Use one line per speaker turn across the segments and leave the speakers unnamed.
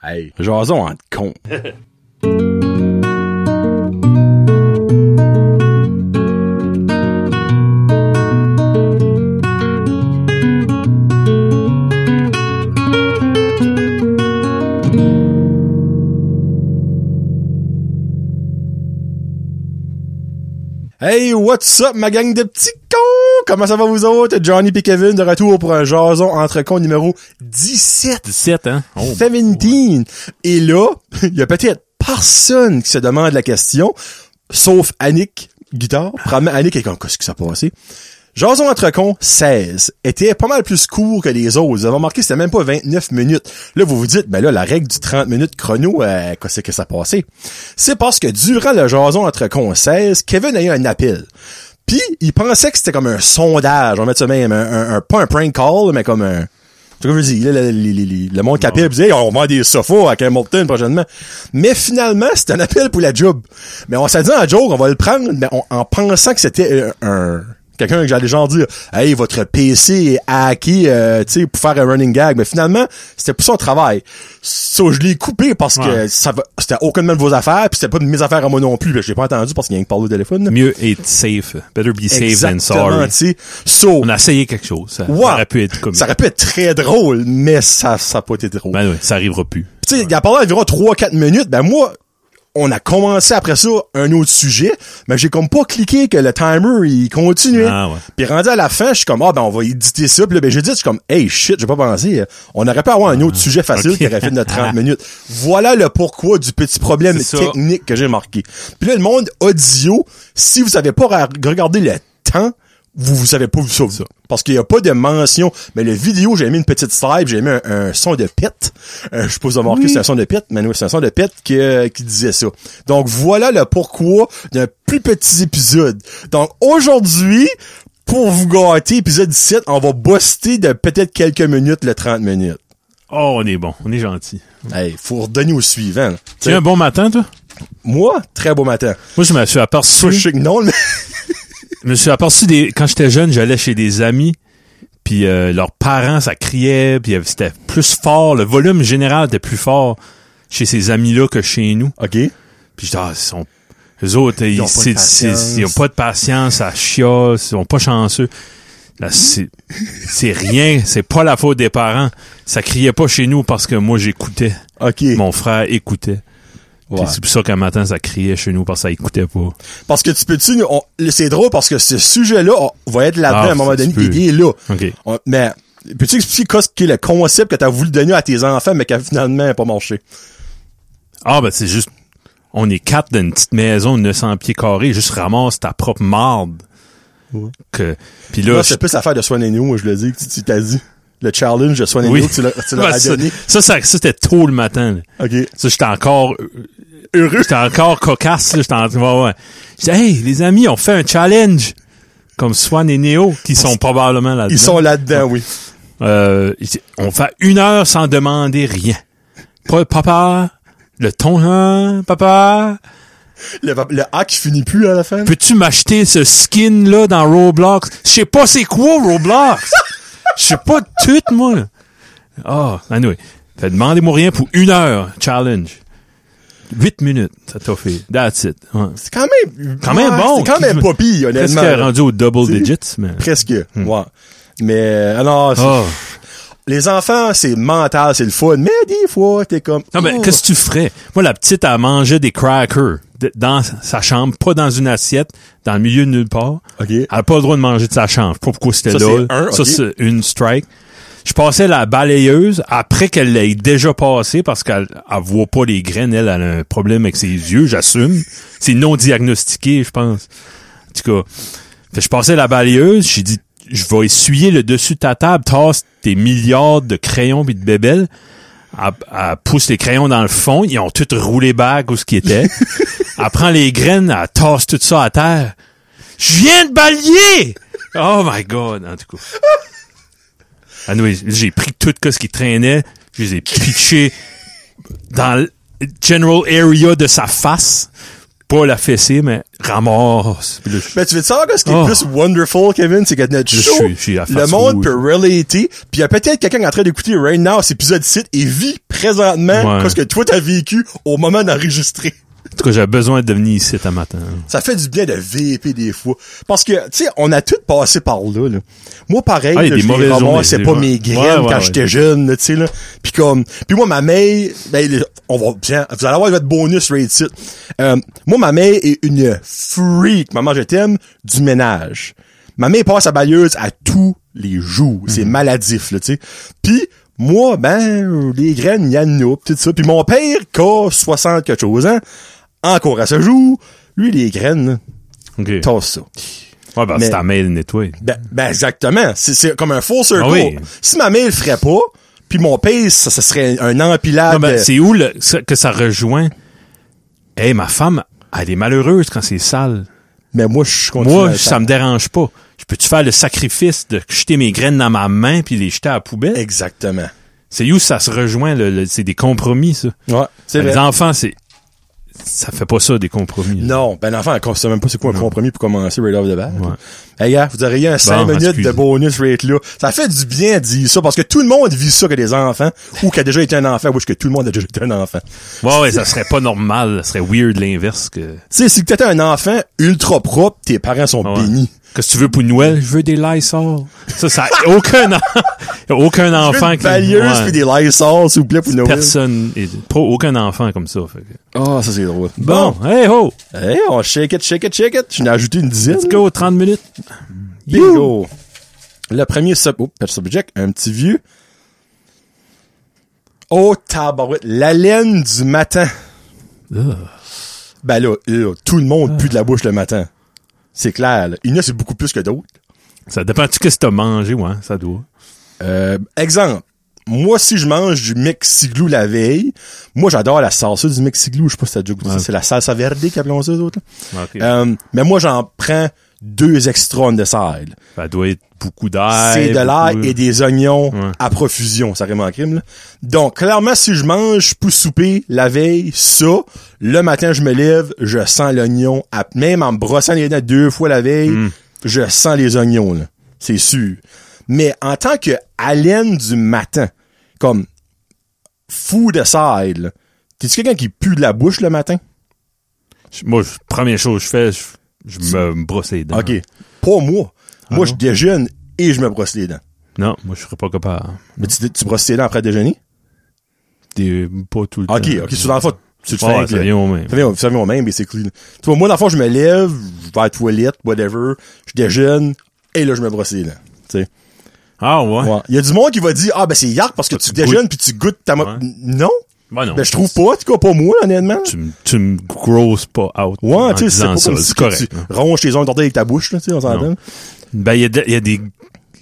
Hey, jason en con. Hey, what's up, ma gang de petits cons? Comment ça va vous autres? Johnny et Kevin de retour pour un jason entre cons numéro 17.
17, hein? Oh.
17. Et là, il y a peut-être personne qui se demande la question, sauf Annick Guitare. Probablement Annick est comme, qu'est-ce qui s'est passé? Jason entre cons, 16, était pas mal plus court que les autres. Vous avez remarqué, c'était même pas 29 minutes. Là, vous vous dites, ben là, la règle du 30 minutes chrono, euh, qu'est-ce que ça passait? C'est parce que durant le Jason entre cons 16, Kevin a eu un appel. Puis, il pensait que c'était comme un sondage, on va mettre ça même, un, un- un- pas un prank call, mais comme un... Tu vois, je veux dire, là, le, le- le- le- le monde capable disait, Hey, on vend des sofas à Campbellton prochainement. Mais finalement, c'est un appel pour la job. Mais on s'est dit en joke, on va le prendre, mais on- en pensant que c'était euh, un, quelqu'un que j'allais genre dire, hey, votre PC est hacké, euh, tu sais, pour faire un running gag. Mais finalement, c'était pour son travail. So, je l'ai coupé parce que
Ouais.
ça va- c'était aucunement de vos affaires, puis c'était pas de mes affaires à moi non plus. Je l'ai pas entendu parce qu'il y a rien qui parle au téléphone. là.
Mieux être safe. Better be safe than
Exactement,
sorry.
tu sais. So,
On a essayé quelque chose. Ça,
ouais.
ça aurait pu être comme
Ça aurait pu être très drôle, mais ça, ça a pas été drôle.
Ben oui, ça arrivera plus.
tu sais, il a parlé environ 3-4 minutes, ben moi, on a commencé après ça un autre sujet, mais j'ai comme pas cliqué que le timer, il continuait.
Ah ouais.
Puis rendu à la fin, je suis comme, ah ben on va éditer ça. Puis là, ben j'ai dit, je suis comme, hey shit, j'ai pas pensé, euh, on aurait pu avoir un autre sujet facile
Ah. Ok.
qui aurait fait notre 30 minutes. Voilà le pourquoi du petit problème
C'est ça.
technique que j'ai marqué. Puis là, le monde audio, si vous savez pas ra- regarder le temps, vous vous savez pas vous sauver ça. Parce qu'il y a pas de mention. Mais le vidéo, j'ai mis une petite slide, j'ai mis un, un son de pète. Euh, je suppose avoir remarqué que c'est un son de pète, mais oui, c'est un son de pète qui, euh, qui disait ça. Donc voilà le pourquoi d'un plus petit épisode. Donc aujourd'hui, pour vous gâter, épisode 17, on va buster de peut-être quelques minutes le 30 minutes.
Oh, on est bon. On est gentil.
Hey, faut redonner au suivant. là.
Tu as un bon matin, toi?
Moi, très beau matin.
Moi, je
Toi,
me suis
je
aperçu.
sais que non, mais
Je me suis aperçu des, quand j'étais jeune, j'allais chez des amis, puis euh, leurs parents, ça criait, puis euh, c'était plus fort. Le volume général était plus fort chez ces amis-là que chez nous.
OK.
Puis je dis, ah, ils sont... Eux autres, ils
ont pas de
c'est- c'est-
patience.
ils ont pas de patience, ça chiasse, ils sont pas chanceux. Là, c'est c'est rien, c'est pas la faute des parents. Ça criait pas chez nous parce que moi, j'écoutais.
OK.
Mon frère écoutait. Puis
Ouais.
C'est pour ça qu'un matin, ça criait chez nous parce que ça écoutait pas.
Parce que tu peux-tu... nous- on- C'est drôle parce que ce sujet-là on va être là-dedans
Ah,
à un moment
ça, tu
donné.
peux.
Il est là.
OK.
On- mais peux-tu expliquer quoi, ce qui est le concept que t'as voulu donner à tes enfants mais qui a finalement pas marché?
Ah, ben, c'est juste, on est quatre dans une petite maison de 900 pieds carrés, juste ramasse ta propre marde. Que, puis là,
Moi,
je-
c'est plus l'affaire de Swan et nous, moi, je le dis, que tu- tu t'as dit. Le challenge de Swan et
oui.
nous, tu l'as tu l'as
Ben, ça,
donné.
ça, ça- ça, c'était tôt le matin. là.
OK.
Ça, j'étais encore euh, heureux. J'étais encore cocasse, là. J'étais en- ouais, ouais. Je dis, hey, les amis, on fait un challenge. Comme Swan et Neo, qui sont probablement là-dedans.
Ils sont
Ah.
là-dedans, oui.
Euh, il dit, on fait une heure sans demander rien. Pas- Papa, le ton, hein, papa,
Le, le hack finit plus à la fin.
peux-tu m'acheter ce skin-là dans Roblox? Je sais pas c'est quoi Roblox! Je sais pas tout, moi. Ah, anyway. Fait demandez-moi rien pour une heure. Challenge. Huit minutes, ça t'a fait. That's it. Ouais.
C'est quand même...
Quand même
ouais,
bon.
C'est quand même pas pire,
Presque
honnêtement.
rendu au double
Tu sais,
digits, mais...
Presque, ouais. Mais, alors,
Ah.
les enfants, c'est mental, c'est le fun, mais des fois, t'es comme...
Non, mais
oh.
qu'est-ce que tu ferais? Moi, la petite, elle mangeait des crackers de- dans sa chambre, pas dans une assiette, dans le milieu de nulle part.
OK.
Elle n'a pas le droit de manger de sa chambre. Je sais Pas pourquoi c'était
Ça,
là.
c'est un,
Ça,
ok.
c'est une strike. Je passais la balayeuse après qu'elle l'ait déjà passée parce qu'elle ne voit pas les graines. Elle, elle a un problème avec ses yeux, j'assume. C'est non diagnostiqué, je pense. En tout cas, fait, je passais la balayeuse, j'ai dit, je vais essuyer le dessus de ta table, tasse tes milliards de crayons puis de bébelles. Elle, elle pousse les crayons dans le fond, ils ont tout roulé back ou ce qui était. elle prend les graines, elle tasse tout ça à terre. Je viens de balayer! Oh my god, en tout cas. Ah oui, j'ai pris tout ce qui traînait, je les ai pitchés dans le general area de sa face pas la fessée, mais ramasse. Puis là, je-
Mais tu veux savoir, que ce qui est
Oh.
le plus wonderful, Kevin, c'est que notre
Je
show,
suis- je suis à
le
face
monde
rouge.
peut relater, puis il y a peut-être quelqu'un qui est en train d'écouter right now cet épisode site et vit présentement
Ouais.
parce que toi t'as vécu au moment d'enregistrer.
En tout cas, j'avais besoin de venir ici ce matin.
Ça fait du bien de VP des fois. Parce que, tu sais, on a tous passé par là, là. Moi, pareil,
Ah, il y a
là,
des
je les
mauvaises
ramasse, c'est
journées,
pas
des
mes
fois.
graines
Ouais, ouais,
quand
ouais.
j'étais jeune, là, tu sais, là. Puis comme, puis moi, ma mère, ben, les- on va, tiens, vous allez avoir votre bonus rate site. Euh, moi, ma mère est une freak, maman, je t'aime, du ménage. Ma mère passe à balayeuse à tous les jours. C'est maladif, là, tu sais. Puis, moi, ben, les graines, il y en a, pis tout ça. Puis mon père, qui a 60 quelque chose, hein, encore à ce jour, lui, les graines, là,
OK. Ouais,
tasse ça.
ben,
Mais-
c'est ta mail nettoyée.
Ben, ben exactement. C'est, c'est comme un faux circle.
Ah oui.
Si ma mère le ferait pas, puis mon père, ça, ça serait un empilade.
Non, ben,
de-
c'est où le, ça- que ça rejoint? Hey, ma femme, elle est malheureuse quand c'est sale.
mais moi, je continue.
Moi,
à-
ça me dérange pas. Je peux-tu faire le sacrifice de jeter mes graines dans ma main puis les jeter à la poubelle?
Exactement.
C'est où ça se rejoint, le- le- c'est des compromis, ça.
Ouais, c'est
Les
vrai.
enfants, c'est, ça fait pas ça, des compromis. là.
Non, ben l'enfant, elle ne sait même pas c'est quoi un compromis pour commencer right off the bat.
Ouais.
Hey, gars, vous auriez un 5 minutes
excusez.
de bonus rate là. Ça fait du bien de dire ça, parce que tout le monde vit ça que des enfants, ou qui a déjà été un enfant, ou que tout le monde a déjà été un enfant.
Ouais, ouais, ça serait pas normal. Ça serait weird l'inverse que.
Tu sais, si t'étais un enfant ultra propre, tes parents sont
Ouais.
bénis.
Qu'est-ce que tu veux pour Noël? Je veux des Lysol. Ça, ça, aucun, en- y a aucun
Une
enfant qui-
balayeuse
ouais.
puis des Lysol, s'il vous plaît, pour Noël.
Personne, et- pas aucun enfant comme ça. fait que-
Ah, ça c'est drôle.
Bon, hey ho!
Hey, on shake it, shake it, shake it. J'en ai ajouté une dizaine.
Let's go, 30 minutes.
Bingo. Le premier sub... Oh, pas de subject, un petit vieux. Oh, tabarouette. La laine du matin.
Ugh.
Ben là, là, tout le monde pue de la bouche le matin. C'est clair. là. Il y en a, c'est beaucoup plus que d'autres.
Ça dépend-tu qu'est-ce que t'as mangé, ouais, ça doit.
Euh, exemple. Moi, si je mange du Mexiglou la veille, moi, j'adore la salsa du Mexiglou. Je sais pas si t'as déjà goûté ça.
Ouais.
C'est la salsa verde qu'appelons ça, d'autres.
Ok.
mais moi, j'en prends deux extra on the side.
ça doit être beaucoup d'ail.
c'est de l'ail
beaucoup-
et des oignons
Ouais.
à profusion. Ça rime en crime, là. Donc, clairement, si je mange, je peux souper la veille, ça. Le matin, je me lève, je sens l'oignon. à- Même en me brossant les dents deux fois la veille,
Mm.
je sens les oignons, là. C'est sûr. Mais en tant que haleine du matin, comme food aside, là, t'es-tu quelqu'un qui pue de la bouche le matin?
Je- Moi, je- première chose que je fais, je, je me me brosse les dents.
OK. Pas moi.
Ah
moi, je déjeune et je me brosse les dents.
Non, moi, je serais pas capable.
Mais tu, tu brosses tes dents après déjeuner?
T'es pas tout le
OK,
temps.
OK. Sur dans le fond, tu le fais
Ouais,
avec
ça
le-
vient au même.
Ça vient, ça vient au même, basically. Tu vois, moi, dans le fond, je me lève, je vais à la toilette, whatever, je déjeune, et là, je me brosse les dents. Tu sais.
Ah, ouais.
Ouais. Il y a du monde qui va dire, ah, ben, c'est yark parce que tu,
tu
déjeunes puis tu goûtes ta mo-
Ouais.
Non?
Ben non.
Ben, je trouve pas, en tout cas, pas moi, honnêtement.
tu, me- tu me grosses pas out.
Ouais,
en
tu sais, c'est
disant
pas
ça,
comme si
c'est
que tu
correct. hein.
ronges tes ongles d'orteil avec ta bouche, là, tu sais, on s'entend.
Non. Ben, il y, a de- il y a des,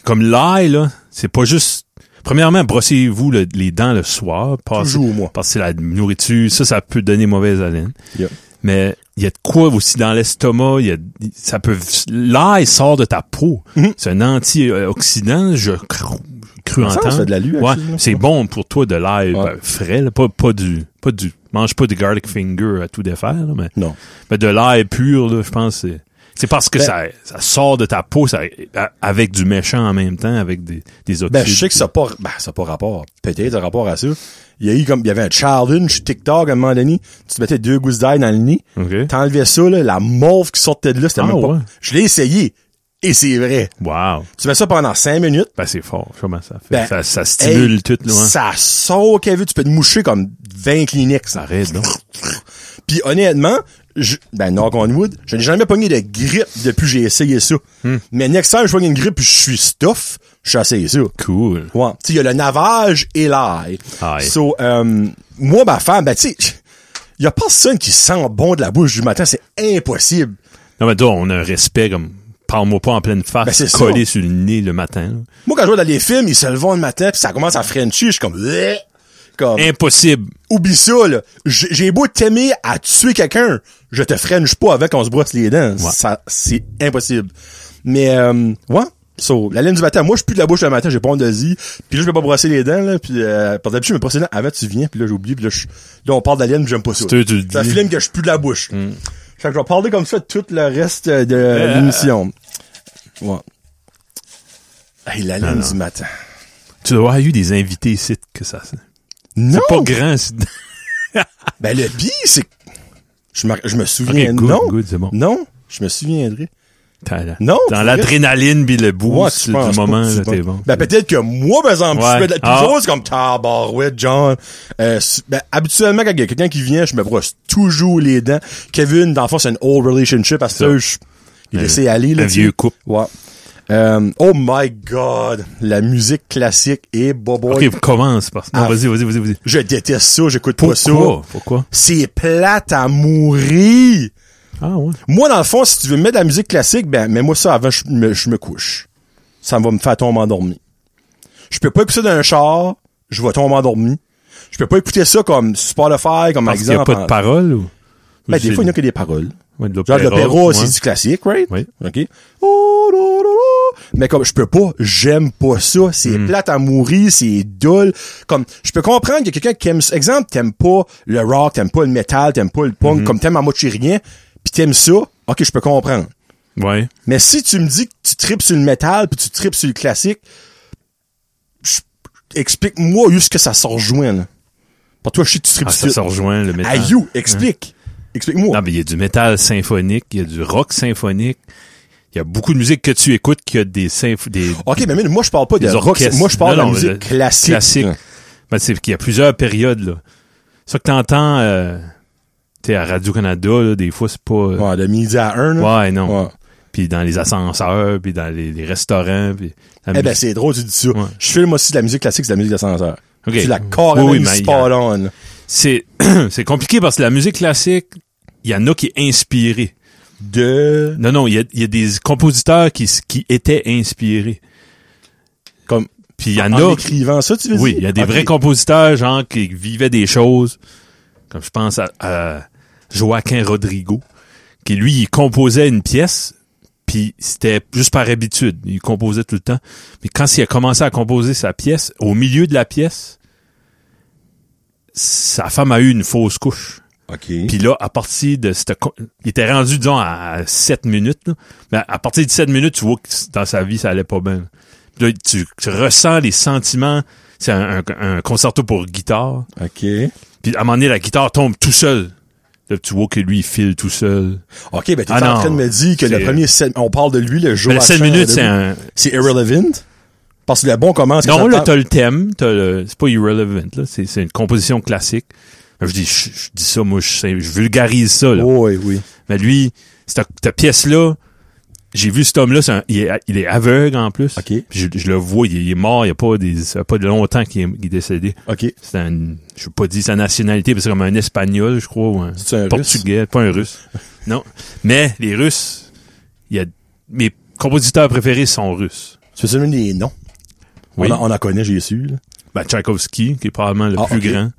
comme l'ail, là, c'est pas juste, premièrement, brossez-vous le- les dents le soir. Parce,
Toujours, moi.
Parce que c'est la nourriture, ça, ça peut donner mauvaise haleine.
Yeah.
Mais, il y a de quoi aussi dans l'estomac, il y a, ça peut, l'ail sort de ta peau.
Mhm.
C'est un antioxydant, je cr- cru
Ça, ça
entendre.
fait de la lue,
Ouais,
actuellement.
c'est bon pour toi de l'ail
Ouais.
ben, frais, là, pas, pas du, pas du, mange pas du garlic finger à tout défaire, là, mais.
Non.
Mais de l'air pur, là, je pense, c'est, c'est parce que
Ben-
ça, ça sort de ta peau ça, a- avec du méchant en même temps, avec des, des oxydes.
Ben, je sais que ça n'a pas, ben, ça a pas rapport. Peut-être un rapport à ça. Il y a eu comme, il y avait un challenge sur TikTok à un moment donné. Tu te mettais deux gousses d'ail dans le nez.
OK.
T'enlevais ça, là, la mauve qui sortait de là, c'était
Ah,
même pas.
ouais.
Je l'ai essayé. Et c'est vrai.
Wow.
Tu mets ça pendant cinq minutes.
Ben, c'est fort. Comment ça fait?
Ben,
ça, ça stimule
hey,
tout, là. hein.
Ça sort, Kevin. Tu peux te moucher comme 20 Kleenex. là.
Arrête, donc.
Puis honnêtement, je, ben, knock on wood, je n'ai jamais pogné de grippe depuis que j'ai essayé ça.
Hmm.
Mais next time, je pogne une grippe puis je suis stuff, je suis essayé ça.
Cool.
Ouais. Tu sais, il y a le navage et l'ail.
Aïe.
So, euh, moi, ma femme, ben, tu sais, il y a personne qui sent bon de la bouche du matin. C'est impossible.
Non, mais toi, on a un respect comme, parle-moi pas en pleine
Ben, c'est
face,
ça.
collé sur le nez le matin.
Moi, quand je vois dans les films, ils se levent le matin pis ça commence à frencher, je suis comme, Bleh comme,
là. Impossible.
oublie ça, là. J'ai j'ai beau t'aimer à tuer quelqu'un, je te frenche pas avec on se brosse les dents. Ça, c'est impossible. Mais, euh, ouais. So, la laine du matin, moi, je pue de la bouche le matin, j'ai pas honte de le dire. Puis là, je vais pas brosser les dents, là. Puis, euh, par d'habitude, je me brosse les dents avant, tu viens, puis là, j'oublie, puis là, je- là, on parle de la laine, puis j'aime pas ça.
Toi, tu le
Ça
dis. Mm.
filme que je pue de la bouche. Fait que je vais parler comme ça tout le reste de
Euh,
l'émission. Ouais. Hey, la
Non,
ligne
non.
du matin.
Tu dois avoir eu des invités ici que ça.
Non!
C'est pas grand. c'est-
Ben, le pire, c'est que je me, je me souviens,
Ok, good,
non.
good, c'est bon.
Non, je me souviendrai.
T'as la-
Non,
Dans
tu
l'adrénaline puis le
Ouais,
boost
tu
du
penses pas
moment,
que tu
là,
vas-
t'es bon.
Ben, peut-être que moi, par exemple,
Ouais.
je fais de la
Ah.
toujours, c'est comme tabarouette, John. Euh, s- ben, habituellement, quand il y a quelqu'un qui vient, je me brosse toujours les dents. Kevin, dans le fond, c'est une old relationship. À ce
Ça.
stade, je- il
Un-
laissait aller, là.
un
tu
vieux
sais.
couple.
Ouais. Euh, oh my god. La musique classique et bobo.
Ok, commence. Parce... Non,
Ah.
vas-y, vas-y, vas-y, vas-y.
Je déteste ça, j'écoute pas ça.
Pourquoi? Pourquoi?
C'est plate à mourir.
Ah ouais.
Moi, dans le fond, si tu veux me mettre de la musique classique, ben, mets-moi ça avant que je me, je me couche. Ça va me faire tomber endormi. Je peux pas écouter ça dans un char, je vais tomber endormi. Je peux pas écouter ça comme Spotify, comme
Parce qu'il n'y a
exemple.
pas de paroles ou?
Ben, des fois, il y en a que des paroles.
Ouais, de
Genre,
l'opéra.
l'opéra,
ouais.
c'est du classique, right?
Oui.
OK. Oh, lo, lo, lo. Mais comme, je peux pas, j'aime pas ça. C'est
Hmm.
plate à mourir, c'est dull. Comme, je peux comprendre qu'il y a quelqu'un qui aime ça. Exemple, t'aimes pas le rock, t'aimes pas le metal, t'aimes pas le
Hmm.
punk, comme t'aimes à moitié rien, pis t'aimes ça, OK, je peux comprendre.
Ouais.
Mais si tu me dis que tu tripes sur le métal puis tu tripes sur le classique, je- explique-moi où est-ce que ça se rejoint. là. Pour toi, je sais que tu tripes
Ah, ça
sur...
se rejoint, le métal.
Ah, you, explique. Explique-moi.
Non, mais il y a du métal symphonique, il y a du rock symphonique. Il y a beaucoup de musique que tu écoutes qui a des symph- des
OK, mais même, moi, je parle pas de
des
rock.
orchestres.
Moi, je parle
Non, non,
de la
le-
musique classique.
Classique.
là.
Ben, c'est qu'il y a plusieurs périodes, là. Ça que t'entends, euh, t'es à Radio-Canada, là, des fois, c'est pas... euh,
Ouais, de midi à 1.
ouais, non. Puis dans les ascenseurs, puis dans les, les restaurants, puis...
Eh
la
ben,
musique.
c'est drôle, tu dis ça.
Ouais.
Je filme aussi de la musique classique, c'est de la musique d'ascenseur.
Ok.
Tu la
Oui,
carrément
oui,
du
mais il y a-
spot on.
c'est... c'est compliqué parce que la musique classique, il y en a qui est inspirée.
De...
Non, non, il y a, il y a des compositeurs qui, s- qui étaient inspirés.
Comme...
Puis il y en,
En
a...
écrivant ça, tu veux
Oui,
dire?
il y a des
Ok.
vrais compositeurs, genre, qui vivaient des choses, comme je pense à, à Joaquin Rodrigo, qui, lui, il composait une pièce, puis c'était juste par habitude, il composait tout le temps. Mais quand il a commencé à composer sa pièce, au milieu de la pièce, sa femme a eu une fausse couche.
OK.
Puis là, à partir de cette... co- Il était rendu, disons, à 7 minutes. là. Mais à partir de 7 minutes, tu vois que c- dans sa vie, ça allait pas bien. Puis là, tu, tu ressens les sentiments. C'est un, un- un concerto pour guitare.
OK.
Puis à un moment donné, la guitare tombe tout seul. Là, tu vois que lui, il file tout seul.
OK, ben t'es
Ah,
en
non.
train de me dire que le
C'est-
premier sept- on parle de lui le jour
Mais le
à
7
cent,
minutes,
le
c'est
début.
un...
c'est irrelevant parce que le bon commence
Non,
que
là,
ça
t'as le thème. t'as le- C'est pas irrelevant. là. C'est c'est une composition classique. Je dis, je, je dis ça, moi, je, je vulgarise ça. Là.
Oui, oui.
Mais lui, cette, cette pièce-là, j'ai vu cet homme-là, c'est un- il, est, il est aveugle en plus.
OK.
Puis Je, je le vois, il, est- il est mort, il n'y a pas des, ça fait pas de longtemps qu'il est, qu'il est décédé.
OK.
C'est un, je veux pas dire sa nationalité, mais c'est comme un espagnol, je crois, ou un,
C'est un russe.
portugais, pas un russe. non. Mais les russes, il y a, mes compositeurs préférés sont russes.
Tu veux donner des noms?
Oui.
On, en, on en connaît, j'ai su. là.
Ben, Tchaïkovski, qui est probablement le
Ah,
plus
ok.
grand.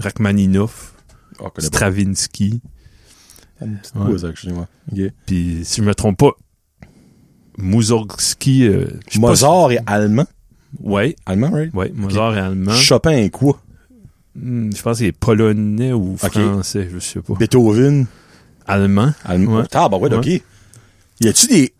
Rachmaninoff,
On connaît pas.
Stravinsky.
Une petite
Ouais.
pause, actuellement. OK.
Puis, si je me trompe pas, Mouzorgsky, euh, je sais pas si-
Mozart est allemand.
Ouais,
Allemand, right? Hein?
ouais, Mozart est allemand.
Chopin est quoi?
Hmm, Je pense qu'il est polonais ou
Ok.
français, je sais pas.
Beethoven,
Allemand.
allemand.
Ouais.
Ah, bah ouais, OK. Y a-tu des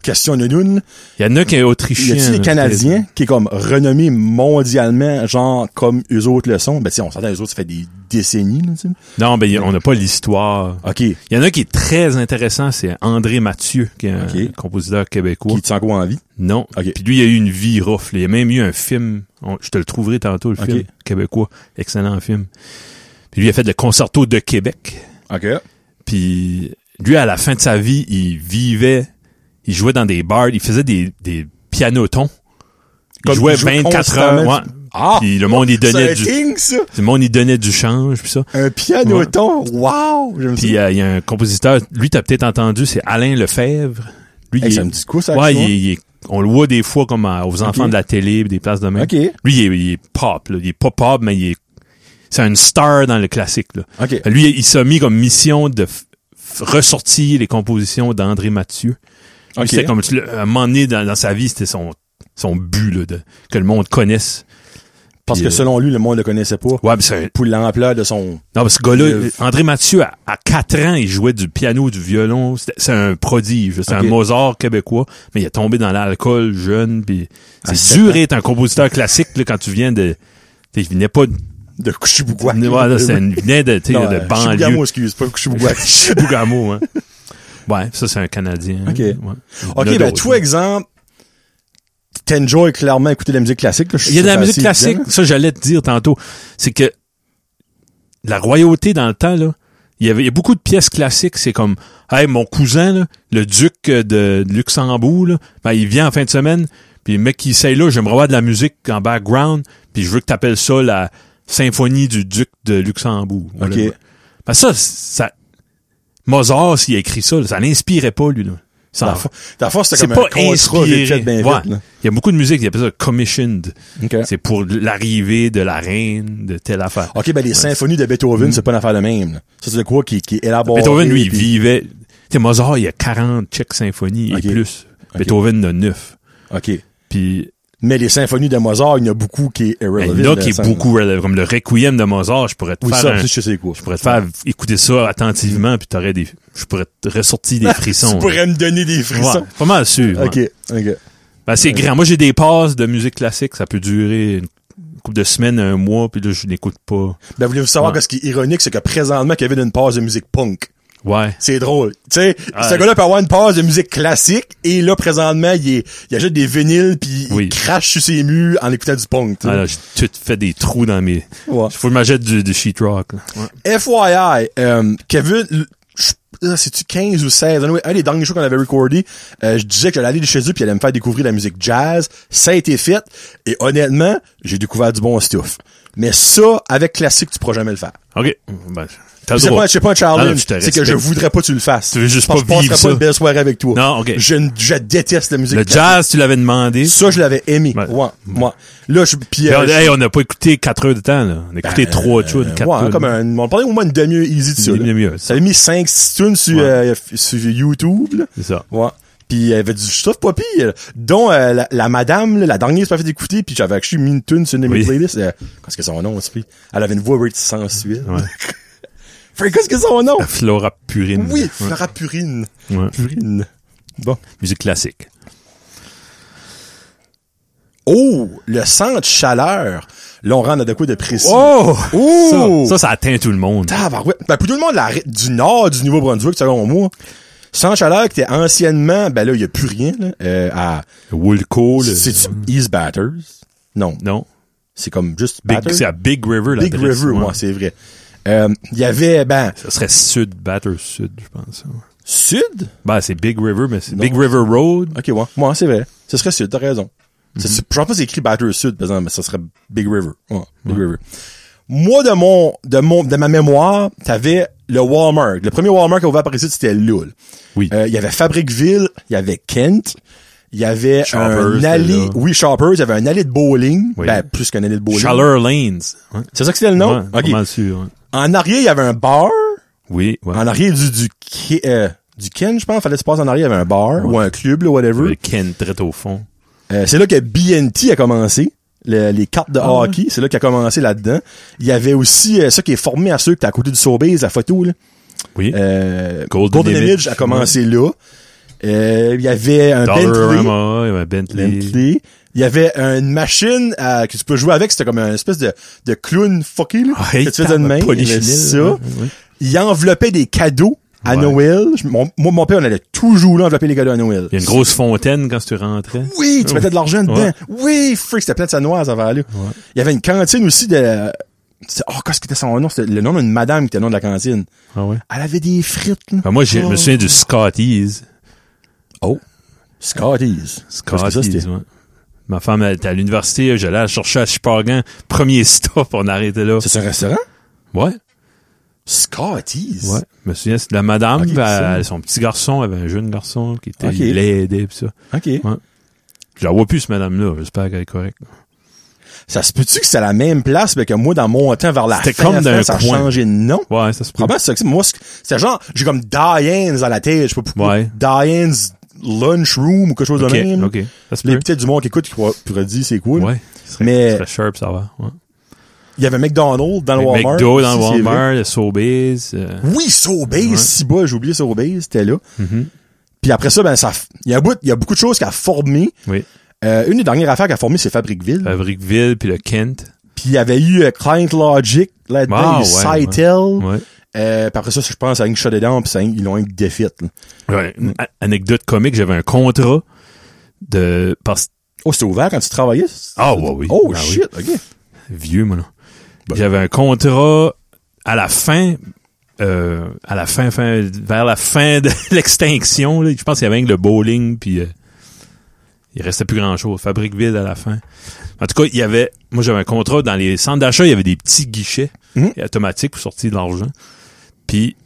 questions de nous?
Il y en a qui est
Y
autrichien.
a-tu des
là,
Canadiens qui est comme renommé mondialement, genre comme eux autres le sont? Ben, tu on s'entend, eux autres, ça fait des décennies, là, tu sais.
peut-être. Non, ben, y a- on n'a pas l'histoire.
OK. Qui
Il y en a qui est très intéressant, c'est André Mathieu, qui est un
Ok.
compositeur québécois.
est encore en vie?
Non.
Ok.
Puis lui, il a eu une vie rough. là. Il y a même eu un film. on- je te le trouverai tantôt, le
Ok.
film québécois. Excellent film. Puis lui, il a fait le concerto de Québec.
OK.
Puis lui, à la fin de sa vie, il vivait, il jouait dans des bars, il faisait des, des pianotons. Il
Comme
jouait
il joue
24 heures.
constamment.
ouais.
Ah!
Puis le monde, il
C'est
donnait
un
du,
thing, ça!
le monde, il donnait du change, puis ça.
Un pianoton! Wow! J'aime ça.
Puis euh, il y a un compositeur, lui, t'as peut-être entendu, c'est Alain Lefebvre. Lui,
Hey,
il
ça
est-
me dit quoi, ça?
ouais,
action?
il est- il est- on le voit des fois comme à- aux enfants
Ok.
de la télé, puis des places de même.
OK.
Lui, il est, il est pop, là. Il est pas pop, mais il est, c'est une star dans le classique, là.
OK.
Lui, il s'est mis comme mission de f- f- ressortir les compositions d'André Mathieu. Lui,
Ok.
C'était comme tu l'as- à un moment donné dans, dans sa vie, c'était son, son but là, de, que le monde connaisse.
Parce
Puis,
que
euh,
selon lui, le monde le connaissait pas.
Ouais, mais c'est-
Pour l'ampleur de son.
Non, mais ce gars-là,
Euh,
André Mathieu, à, à 4 ans, il jouait du piano, du violon. C'était- C'est un prodige. C'est
Ok.
un Mozart québécois. Mais il est tombé dans l'alcool jeune. Puis
À
c'est
sept
dur d'être un compositeur classique là, quand tu viens de... Tu sais, il venait pas de...
De Kouchibouguac.
Voilà, c'est une- il venait de, tu sais,
Non,
de
euh, Chibougamau,
banlieue.
excuse, pas Kouchibouguac.
Chibougamau, hein. Ouais, ça, c'est un Canadien.
Ok.
Ouais. Il y en
ok,
a
ben,
d'autres,
toi, exemple, t'enjoy clairement écouter de la musique classique. là, je
Il y a de la
suis
musique
assez
classique,
évident,
ça j'allais te dire tantôt, c'est que la royauté dans le temps, là, il y avait il y a beaucoup de pièces classiques, c'est comme Hey, mon cousin, là, le duc euh, de de Luxembourg, là, ben, il vient en fin de semaine, puis le mec qui essaye là, j'aimerais avoir de la musique en background, puis je veux que tu appelles ça la symphonie du duc de Luxembourg.
là.
Voilà.
Ok.
Ben, ça, ça Mozart, s'il a écrit ça, là, ça l'inspirait pas, lui, là. Ça en-
Dans le fond- dans le fond, c'était
C'est
comme
pas
un contrat
inspiré.
vite fait, ben
Ouais.
vite, là.
Il y a beaucoup de musique, il appellent ça commissioned.
Ok.
C'est pour l'arrivée de la reine, de telle affaire.
OK, ben les symphonies de Beethoven, c'est pas une affaire de même. là. Ça, c'est de quoi qui, qui est élaboré.
Beethoven, lui, il
puis-
vivait... Tu sais, Mozart, il y a 40 tchèques symphonies
Ok.
et plus.
Ok.
Beethoven, il en a 9.
OK.
Puis
Mais les symphonies de Mozart, il y en a beaucoup qui est
Ben, il
irrelevant.
y en a qui est
ça-
beaucoup... relève, Comme le Requiem de Mozart, je pourrais te
Oui,
faire
ça,
un-
je sais c'est quoi.
Je pourrais te faire écouter ça attentivement, puis t'aurais des... Je pourrais te ressortir des frissons.
Tu pourrais me donner des
là.
frissons.
Ouais, pas mal sûr. ouais.
OK, OK.
Ben, c'est grand. Moi, j'ai des passes de musique classique. Ça peut durer une couple de semaines, un mois, puis là, je n'écoute pas.
Ben, voulez-vous savoir
Ouais.
que ce qui est ironique, c'est que présentement, Kevin a une pause de musique punk.
Ouais.
C'est drôle. Tu sais,
Ah,
ce gars-là peut avoir une pause de musique classique, et là, présentement, il, est, il achète des vinyles, puis il
Oui.
crache sur ses murs en écoutant du punk. tu sais.
Ah, là, j'ai tout fait des trous dans mes...
Ouais.
Faut que je m'achète du, du sheetrock. là. Ouais.
FYI, euh, Kevin, l- je- ah, c'est-tu 15 ou 16? Anyway, un des derniers shows qu'on avait recordé, euh, je disais que j'allais aller de chez eux puis j'allais me faire découvrir la musique jazz. Ça a été fait. Et honnêtement, j'ai découvert du bon stuff. Mais ça, avec classique, tu pourras jamais le faire.
OK. Ben, t'as le
C'est
droit.
pas, c'est pas un
Ah, Non, non,
challenge.
je te
C'est que
respecte.
je voudrais pas que tu le fasses.
Tu veux juste
Parce
pas
que je
vivre
passerais pas
ça.
une belle soirée avec toi.
Non, ok.
Je, ne- je déteste la musique.
Le
classique.
jazz, tu l'avais demandé.
Ça, je l'avais aimé.
Ouais.
Moi, moi. Là, je, puis,
Puis,
euh,
on- hey, on n'a pas écouté 4 heures de temps, là. On a écouté 3 tunes, 4
Ouais, hein,
tunes.
comme un, on parlait au moins une demi-heure easy de ça.
Une
là.
demi-heure, c'est
Ça avait mis 5-6 tunes sur,
Ouais.
euh, f- sur YouTube. là.
C'est ça.
Ouais. Puis il y avait du stuff pas pire, là. dont euh, la, la madame, là, la dernière, c'est pas fait d'écouter, puis j'avais actually mis une tune sur une de mes
Oui.
playlists. euh, qu'est-ce que son nom, c'est Elle avait une voix rate sensuelle.
Ouais.
Fait qu'est-ce que son nom?
La flora purine.
Oui,
Ouais.
Flora Purine.
Ouais.
Purine. Bon.
Musique classique.
Oh, le centre chaleur. Là, on rentre dans de quoi de précis.
Oh!
Oh!
Ça, ça, ça atteint tout le monde.
Ah, bah ouais. Ben, pour tout le monde, la ré- du nord du Nouveau-Brunswick, selon moi, sans chaleur, qui était anciennement, ben là, il y a plus rien, là, euh, à,
Woolco, Oh, le...
c'est East Batters? Non.
Non.
C'est comme juste
Big,
Batters.
c'est à Big River, la
Big River, ouais, c'est vrai. Euh, il y avait, ben,
Ça serait Sud, Batter Sud, je pense. ouais.
Sud?
Ben, c'est Big River, mais c'est
Non.
Big River Road.
Ok, ouais. Moi, c'est vrai. Ce serait Sud, t'as raison.
Mhm.
C'est- c'est- Je pense pas que c'est écrit Batters Sud, par exemple, mais ça serait Big River. Ouais, Big River. Moi, de mon, de mon, de ma mémoire, t'avais le Walmart. Le premier Walmart qui a ouvert par ici, c'était Lul.
Oui.
Euh, il y avait Fabricville, il y avait Kent, il y avait
Shoppers,
un
c'était
allée,
là.
oui, Shoppers, il y avait un allée de bowling,
Oui.
ben, plus qu'un allée de bowling.
Chaleur Lanes. Ouais.
C'est ça que c'était le
Ouais,
nom? Ok.
pas mal sûr, ouais.
En arrière, il y avait un bar.
Oui, ouais.
En arrière du, du, Ke- euh, du Ken, je pense, fallait se passer en arrière, il y avait un bar ou un club, là, whatever.
Le Ken très au fond.
Euh, c'est là que BNT a commencé. le- les cartes de
ouais.
hockey, c'est là qu'il a commencé là-dedans. Il y avait aussi euh, ça qui est formé à ceux que t'as à côté du Sobeys, la photo, là.
Oui.
Euh,
Golden
Image.
Image
a commencé là. Euh, il y avait un Bentley.
Dollarama, il y avait Bentley.
Bentley. Il y avait une machine à- que tu peux jouer avec, c'était comme une espèce de, de clown fucky là,
Ouais,
que tu faisais de main. Il y avait
Ah, polichinelle,
ça.
ouais, ouais.
Il enveloppait des cadeaux à
Ouais.
Noël. Je- mon- moi, mon père, on allait toujours là envelopper les cadeaux à Noël.
Il y a une grosse fontaine quand tu rentrais.
Oui, tu mettais de l'argent dedans.
Ouais.
Oui, freak, c'était plein de sanoise avant là. Il y avait une cantine aussi de... c'est- Oh, qu'est-ce que était son nom? C'était le nom d'une madame qui était le nom de la cantine.
Ah ouais.
Elle avait des frites, là.
Ben, moi, j'ai- je me souviens du Scotties.
Oh. Scotties. Parce que ça,
Scotties,
c'était-
ouais. Ma femme, elle était à l'université, j'allais la chercher à Chipagan. Premier stop, on arrêtait là.
C'est un restaurant?
Ouais.
Scotties?
Ouais. Je me souviens, c'est de la madame,
Ok,
puis
c'est ça.
elle- son petit garçon, elle avait un jeune garçon qui était,
Ok.
il l'aidait, pis ça.
OK.
Je la vois plus, cette madame-là. J'espère qu'elle est correcte.
Ça se peut-tu que c'est à la même place, mais que moi, dans mon temps, vers la
C'était
fin,
comme
la fin,
d'un
ça a
coin.
changé de nom?
Ouais, ça se peut.
Probablement, c'est ça que c'est. Moi, c'est- c'était genre, j'ai comme Diane's dans la tête, je sais pas pourquoi.
Ouais.
Diane's Lunchroom ou quelque chose
Ok,
de même.
ok. Ça se
Les
peut.
peut-être du monde qui écoute qui pourra, pourra dire c'est cool.
Ouais. Ce serait-
Mais-
ce serait sharp, ça va. Ouais.
Il y avait McDonald's dans le
Avec
Walmart.
McDo dans
si
le
c'est vrai.
Walmart, le Sobeys. euh,
Oui, Sobeys,
Ouais.
si bas, j'ai oublié Sobeys, c'était là.
mhm.
Puis après ça, ben ça, f- il y a, bout- il y a beaucoup de choses qu'elle a formé.
Oui.
Euh, une des dernières affaires qu'elle a formé, c'est Fabricville.
Euh. Fabriqueville puis le Kent.
Puis il y avait eu euh, Client Logic là-dedans,
Ah,
il y a eu
ouais,
Cytel.
Ouais.
Euh, puis après ça, je pense à une shot dedans, puis ça, ils l'ont une défaite. là.
Ouais, Une a- anecdote comique, j'avais un contrat de parce
Oh, c'était ouvert quand tu travaillais?
Ah ouais oui.
Oh
Ah, oui.
shit, ok.
Vieux moi. là.
Ben.
J'avais un contrat à la fin euh, à la fin, fin vers la fin de l'extinction, là. je pense qu'il y avait rien que le bowling puis euh, il restait plus grand-chose, fabrique vide à la fin. En tout cas, il y avait moi j'avais un contrat dans les centres d'achat, il y avait des petits guichets
Mhm.
automatiques pour sortir de l'argent. Puis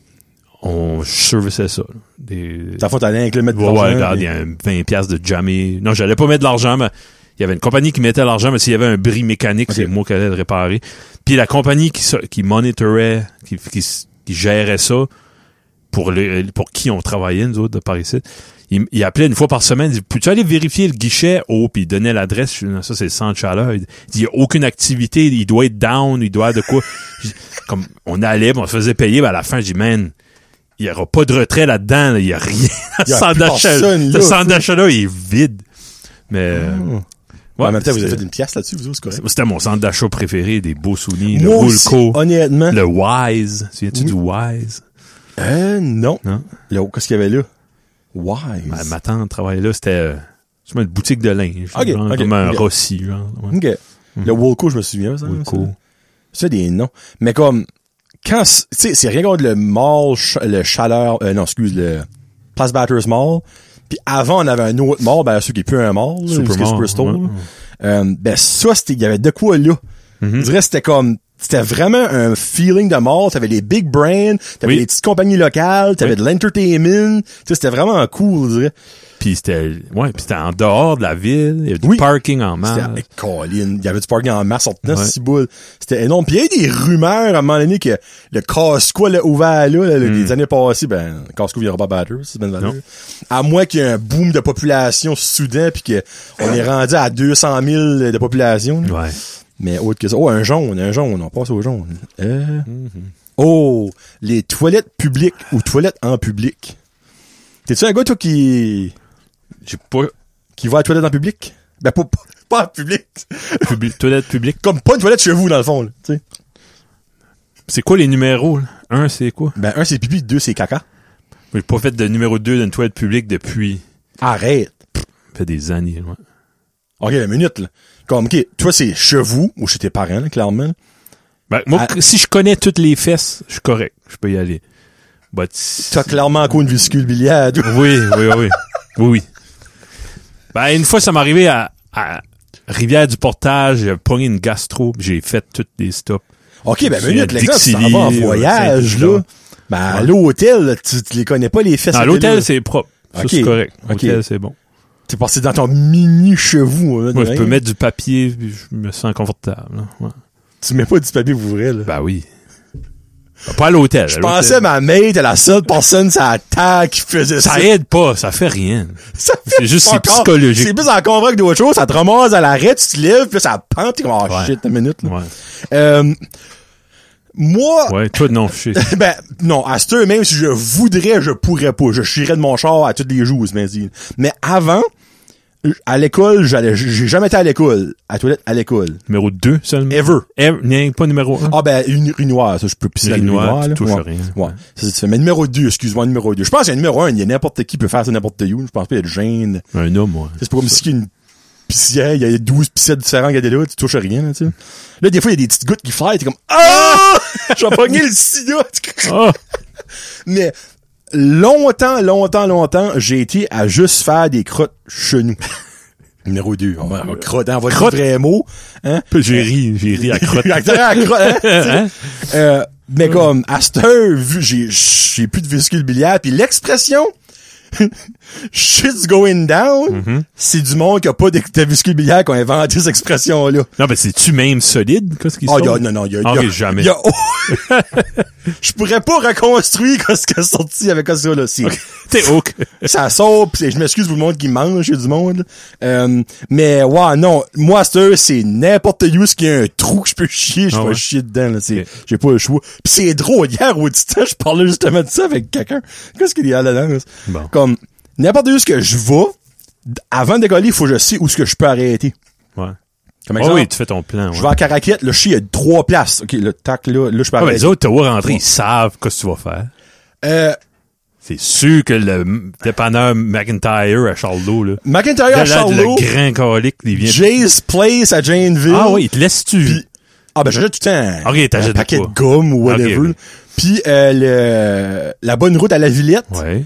on serviçait ça. là. Des,
Ta faute à rien avec le mettre
Ouais, ouais, regarde, il y a un 20 piastres de jammer. Non, j'allais pas mettre de l'argent, mais il y avait une compagnie qui mettait l'argent, mais s'il y avait un bris mécanique,
Ok.
c'est moi qui allais le réparer. Puis la compagnie qui, se- qui monitorait, qui, qui, s- qui gérait ça, pour, le, pour qui on travaillait, nous autres, de par ici, il, il appelait une fois par semaine, il dit, peux-tu aller vérifier le guichet? Oh, puis il donnait l'adresse, Je dis, Non, ça c'est le centre chaleur. Il dit, il n'y a aucune activité, il doit être down, il doit de quoi. Je dis, Comme on allait, puis on se faisait payer, ben, à la fin, je dis, man, il n'y aura pas de retrait là-dedans, là. il n'y a rien.
Il y a
Centre
plus
d'achat-
personne, là, Ah.
le centre d'achat-là, il est vide. Mais, euh,
Ouais, mais peut-être vous avez
c'était-
fait une pièce là-dessus, vous autres, c'est correct.
c'était mon centre d'achat préféré, des beaux souvenirs, le
Moi aussi,
Woolco,
honnêtement.
le Wise. Tu viens-tu
Oui.
du Wise?
Euh, non.
Non?
Là, qu'est-ce qu'il y avait là? Wise.
Ben, Ma, ma tante travaillait là, c'était euh, c'est une boutique de linge.
Ok,
genre,
ok,
comme un
ok. Mm.
Rossi, genre. ouais.
Ok. Le Wolco, je me souviens, ça.
Mhm. Woolco.
ça. C'est des noms. Mais comme, quand, c- tu sais, c'est rien contre le mall, ch- le chaleur, euh, non, excuse, le Place Batters Mall. Puis avant, on avait un autre mall, ben, celui qui est plus un mall, là,
Super
parce que
mall,
Superstore.
ouais.
Euh, ben, ça, c'était, il y avait de quoi là.
Mhm.
Je dirais, c'était comme, c'était vraiment un feeling de mall. T'avais des big brands, t'avais
Oui.
des petites compagnies locales, t'avais
Oui.
de l'entertainment. Tu sais, c'était vraiment cool, je dirais.
Puis c'était ouais, puis c'était en dehors de la ville, il y avait du
Oui.
parking en
C'était
masse.
avec Colin. Il y avait du parking en masse, on tenait
Ouais.
six boules. C'était énorme. Puis il y a eu des rumeurs à un moment donné que le Costco l'a ouvert là, là, les années passées. Ben, Costco viendra pas battre, c'est bien valeur.
Hmm. Non.
À moins qu'il y ait un boom de population soudain puis que on est rendu à 200 000 de population. là.
Ouais.
Mais autre que ça. Oh, un jaune, un jaune. On passe au jaune. Euh, Oh, les toilettes publiques ou toilettes en public. T'es-tu un gars, toi, qui,
J'ai pas
qui va à la toilette en public? Ben, pas, pas- pas en public.
publi toilette publique.
Comme pas une toilette chez vous, dans le fond, là, tu sais.
C'est quoi les numéros là? Un c'est quoi
Ben, un, c'est pipi, deux, c'est caca.
J'ai pas fait de numéro 2 d'une toilette publique depuis
Arrête.
ça fait des années. ouais.
OK, la minute, là. Comme, OK, toi, c'est chez vous, ou chez tes parents, là, clairement.
Ben, moi
Ah.
si je connais toutes les fesses, je suis correct, je peux y aller. But,
T'as clairement encore une viscule biliaire, toi.
Oui, oui, oui. Oui, oui. Ben, une fois, ça m'est arrivé à, à Rivière-du-Portage, j'ai pogné une gastro, puis j'ai fait toutes les stops.
OK, ben,
C'est
minute, les gars, tu t'en
Dixili,
vas en
ouais,
voyage,
Saint-Isidore.
là. Ben, à l'hôtel, là, tu, tu les connais pas, les fesses.
À
à
l'hôtel,
télé.
c'est propre. Ça,
Ok.
c'est correct.
Ok.
L'hôtel, c'est bon.
T'es passé dans ton mini chez vous, hein,
Moi,
de
je peux
rien.
mettre du papier, puis je me sens confortable. là. Ouais.
Tu mets pas du papier pour vrai, là.
Ben oui. Ben, Pas à l'hôtel.
Je
à
pensais,
l'hôtel.
ma mère était la seule personne sur la terre qui faisait ça.
Ça aide pas, ça fait rien.
Ça
C'est juste
pas
c'est
encore-
psychologique.
C'est plus encore vrai que d'autres choses. Ça te ramasse à l'arrêt, tu te lèves, puis là, ça pente, t'es comme, oh
Ouais.
shit, une minute, là.
Ouais.
Euh, moi,
ouais, toi non, je sais.
ben, non, à ce même si je voudrais, je pourrais pas. Je chierais de mon char à toutes les jours, mais dis. Mais avant, à l'école, j'allais, j'ai jamais été à l'école, à la toilette, à l'école.
Numéro 2 seulement.
Ever.
Ever. N'y pas numéro 1.
Ah ben, une urinoir, ça, je peux pisser dans
Urinoir,
l'urinoir,
tu
là.
touches
ouais.
à rien.
Ouais. Ça, c'est fait. Mais numéro 2, excuse-moi, numéro 2. Je pense qu'il y a numéro 1, il y a n'importe qui peut faire ça n'importe où. Je pense pas qu'il y a de gêne.
Un homme, moi.
C'est pas comme si qu'il y a une piscière, il y a 12 piscères différents, regardez là, tu touches à rien, là, tu sais. Là, des fois, il y a des petites gouttes qui flairent, t'es comme, ah! J'ai pogné le sida!
Ah!
Mais, longtemps, longtemps, longtemps, j'ai été à juste faire des crottes chez nous. Numéro 2. On va, on crotte, hein, on va dire
Crotte.
le vrai mot, hein.
J'ai ri, j'ai ri à crotte.
Acteur à crotte, hein, tu sais.
Hein?
Euh, mais comme, à cette heure, vu, j'ai, j'ai plus de vésicule biliaire, puis l'expression, shit's going down,
Mm-hmm.
c'est du monde qui a pas de, de vésicule biliaire qui a inventé cette expression-là.
Non, mais c'est-tu même solide? Qu'est-ce qui se
Ah, y a-
passe?
non, non, il y a,
Ah,
y a-
ok, jamais.
y a- Je pourrais pas reconstruire ce qui est sorti avec ça là si.
T'es hook.
ça sort, pis je m'excuse pour le monde qui mange, il y a du monde. Euh, mais ouais, non, moi cette heure, c'est n'importe où ce qu'il y a un trou que je peux chier, je
Ah
peux
ouais?
chier dedans là, c'est
Ok.
j'ai pas le choix. Puis c'est drôle, hier au temps, je parlais justement de ça avec quelqu'un. Qu'est-ce qu'il y a là-dedans là?
Bon.
Comme n'importe où ce que je vais, d- avant de décoller, il faut que je sais où ce que je peux arrêter.
Ouais.
Comme
Ah
exemple,
oui, tu fais ton plan. Ouais.
je vais à Caraquette, le chien a trois places. OK, le tac là, là je peux
Ah, mais
arrêter.
les autres, t'as beau rentrer, ils savent ce que tu vas faire.
Euh,
C'est sûr que le m- dépanneur McIntyre à Charlot, là.
McIntyre à
Là, là,
Charlot,
Le grand colique, il vient.
Jay's Place à Janeville.
Ah oui, il te laisse-tu?
Puis- Ah ben j'achète tout le temps
Ok, t'achètes
un
de
paquet
quoi?
de gomme ou whatever.
Ok, ok.
Puis euh, le, la bonne route à la Villette,
Ouais.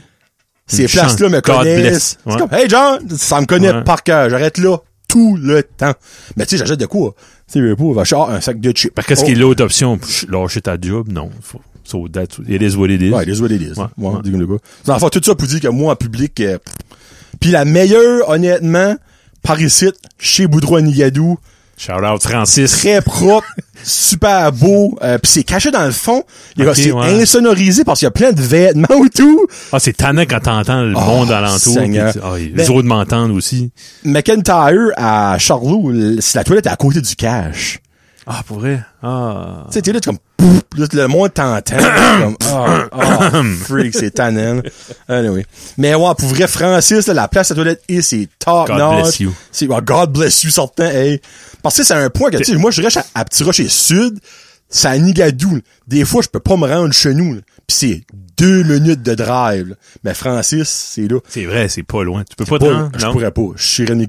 ces
Une
places-là
chance.
me
God
connaissent.
bless.
C'est
Ouais.
comme Hey John, ça me connaît
Ouais.
par cœur, j'arrête là tout le temps. Mais tu sais, j'achète de quoi? Tu sais, je veux pas, va acheter ah, un sac de chips.
Parce que qu'est-ce
Oh.
qui est l'autre option? Pff, Lâcher ta job? Non. Faut, so that's, it is what it is.
Ouais, it is what it is.
Ouais,
Ouais,
ouais.
dis-le quoi. C'est enfin tout ça pour dire que moi, en public... euh, pff. Puis la meilleure, honnêtement, par ici, chez Boudreau à Nigadou,
Shout out Francis.
très propre, super beau, euh, puis c'est caché dans le fond. Il y a-
Ok,
c'est
ouais.
insonorisé parce qu'il y a plein de vêtements et tout.
Ah, c'est tannant quand t'entends le
Oh,
monde alentour.
Seigneur.
puis tu- ah, les
Ben-
autres m'entendent aussi.
McIntyre à Charlot, l- si la toilette est à côté du cache.
Ah, pour vrai? Ah.
Tu sais, t'es là, t'es comme pouf, là, le monde t'entend, t'es comme ah, ah, freak, c'est tannant. Anyway. Mais ouais, pour vrai, Francis, là, la place à la toilette, et c'est top
God
notch.
bless you.
C'est, oh, God bless you, certain, hey. Parce que c'est un point que, tu sais, moi, je reste à, à Petit Rocher Sud, c'est à Nigadou. là. Des fois, je peux pas me rendre chez nous, là. Puis c'est deux minutes de drive, là. Mais Francis, c'est là.
C'est vrai, c'est pas loin. Tu peux pas te
Pas-
rendre?
je
Non.
pourrais pas. Je suis René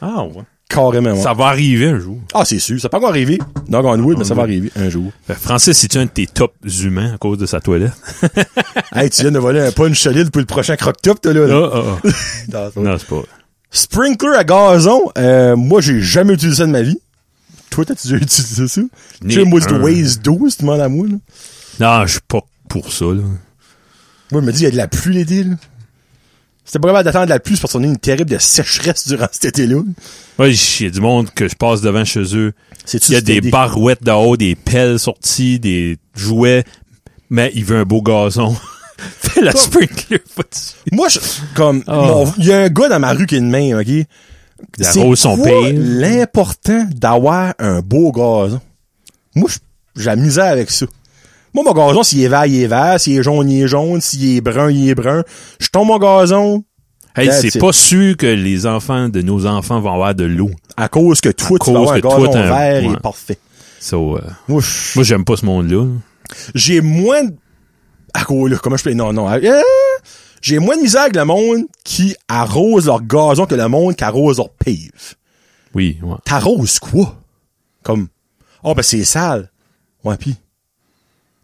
Ah, ouais.
Carrément, ouais.
Ça va arriver un jour.
Ah, c'est sûr. Ça peut encore arriver. Knock on wood, mais
Mm-hmm.
ça va arriver un jour.
Fait, Euh, Francis, c'est-tu un de tes tops humains à cause de sa toilette?
hey, tu viens de voler un punch solide pour le prochain croque-top, toi, là.
Ah, ah, ah.
Dans-
Non, c'est pas. vrai.
Sprinkler à gazon, euh, moi, j'ai jamais utilisé ça de ma vie. Toi, t'as-tu déjà utilisé ça?
J'en ai
Tu sais, moi, c'est
un.
du Waze 12, tu demandes à moi, là.
Non, je suis pas pour ça, là.
Moi, je me dis, il y a de la pluie l'été, là. C'était pas grave d'attendre la pluie, c'est parce qu'on a eu une terrible de sécheresse durant cet été-là.
Moi, il y a du monde que je passe devant chez eux.
C'est-tu
Il y a
cet
des
été?
barouettes dehors, des pelles sorties, des jouets, mais il veut un beau gazon. Fais la sprinkler pas dessus.
Moi, je, comme,
Oh.
mon- il y a un gars dans ma rue qui est de main, ok?
Les
C'est
roses sont
quoi
pires.
l'important d'avoir un beau gazon? Moi, je- j'ai la misère avec ça. Moi, mon gazon, s'il est vert, il est vert. S'il est jaune, il est jaune. S'il est brun, il est brun. Je tombe mon gazon
Hey,
That's
c'est
it.
pas sûr que les enfants de nos enfants vont avoir de l'eau.
à cause que toi, tu
cause
vas avoir un
que toi,
gazon
t'as un-
vert
ouais.
et parfait.
So, euh,
Moi, je-
moi, j'aime pas ce monde-là.
j'ai moins de... À quoi, là? Comment je peux... Non, non. ah, euh, j'ai moins de misère avec le monde qui arrose leur gazon que le monde qui arrose leur pive.
Oui, ouais.
t'arroses quoi? Comme, oh ben c'est sale. Ouais, pis.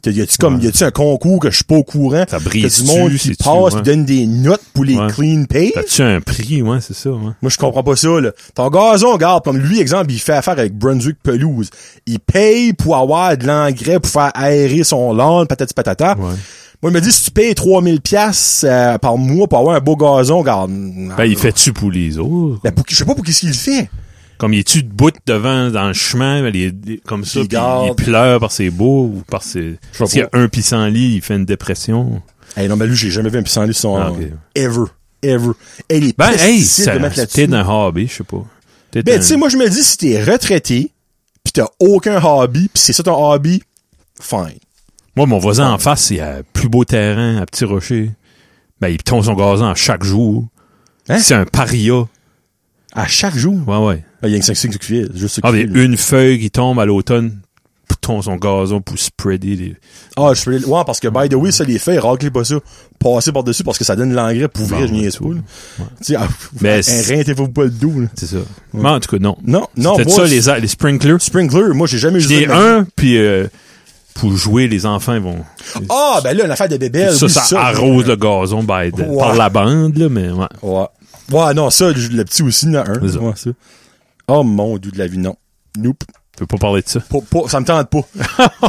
Y a- y a-tu comme, y a-tu un concours que je suis pas au courant?
Ça
Que
brise-tu,
du monde qui
c'est-tu,
passe, qui
ouais.
donne des notes pour les
Ouais.
clean pay?
T'as-tu un prix, ouais, c'est ça, ouais.
Moi, je comprends pas ça, là. Ton gazon, regarde, comme lui, exemple, il fait affaire avec Brunswick Pelouse. Il paye pour avoir de l'engrais pour faire aérer son lawn, patati patata.
Ouais.
Moi, il me dit, si tu payes 3000 pièces euh, par mois pour avoir un beau gazon, regarde.
Ben,
Ah.
il fait-tu pour les autres?
Ben, pour qui- je sais pas pour qui ce qu'il le fait.
Comme il est-tu debout devant dans le chemin, ben, les- les- comme ça,
Il
puis il
garde.
pleure parce que c'est beau ou parce que
Je sais
s'il y a un pissenlit, il fait une dépression.
Hey, non, mais lui, j'ai jamais vu un pissenlit sur
Ah,
un...
ok.
Ever. Ever. Hey, les
Ben, hey,
pesticides
ça-
de mettre
t'es
là-dessus.
d'un hobby, je sais pas. T'es
Ben,
un-
tu sais, moi, je me dis, si t'es retraité, pis t'as aucun hobby, pis c'est ça ton hobby, fine.
Moi, mon voisin en face, il a le plus beau terrain à Petit Rocher. Ben, il tombe son gazon chaque jour.
Hein?
C'est un paria.
À chaque jour. Ben,
Ouais,
Il
ouais.
y a une section qui fait, juste ça
Ah,
qu'il
mais
fait, là.
une feuille qui tombe à l'automne, puis tombe son gazon pour spreader les...
Ah, je peux les- Ouais, parce que, by the way, ça, les feuilles, raclez pas ça. Passez par-dessus, parce que ça donne de l'engrais pour
Bon,
ouvrir, je niaise pas,
Ben, ouais.
là. Tu sais, ah,
Mais c'est-
arrêtez-vous pas le dos, là.
C'est ça. Mais en tout cas, non.
Non, non,
C'était
moi,
ça,
je-
les, a- les sprinklers.
Sprinkler, moi, j'ai jamais
J'ai
de ma vie.
un, puis euh, pour jouer, les enfants, ils vont...
Ah, ben là, une affaire de bébelle.
ça,
oui,
ça, arrose le gazon by the-
Ouais.
par la bande, là, mais ouais.
Ouais. Ouais, non, ça, le le petit aussi, il y en a un.
C'est ça.
Ouais, ça. Oh mon dieu de la vie, non. Nope.
Tu peux pas parler de ça.
Pas- pas- ça me tente pas.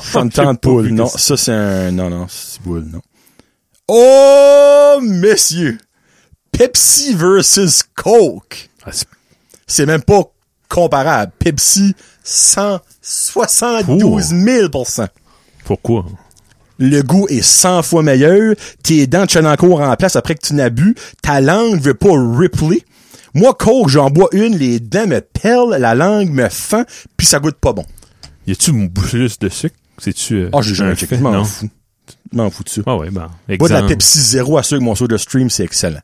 ça me tente pas.
J'ai pas vu
non,
que
ça c'est un. Non, non, c'est boule, non. Oh, messieurs! Pepsi versus Coke.
Ah, c'est-
C'est même pas comparable. Pepsi, 172 000
Pourquoi?
le goût est 100 fois meilleur, tes dents tiennent encore en place après que tu n'as bu, ta langue veut pas rippler. Moi, coke, j'en bois une, les dents me pèlent, la langue me fend, puis ça goûte pas bon.
Y a-tu une plus de sucre? C'est-tu. euh,
Ah, j'ai jamais
un
checké,
fait?
je m'en
Non.
fous. Je M'en fous de ça.
Ah ouais, ben.
Bois de la
exemple.
Pepsi Zéro à ceux que mon soda stream, c'est excellent.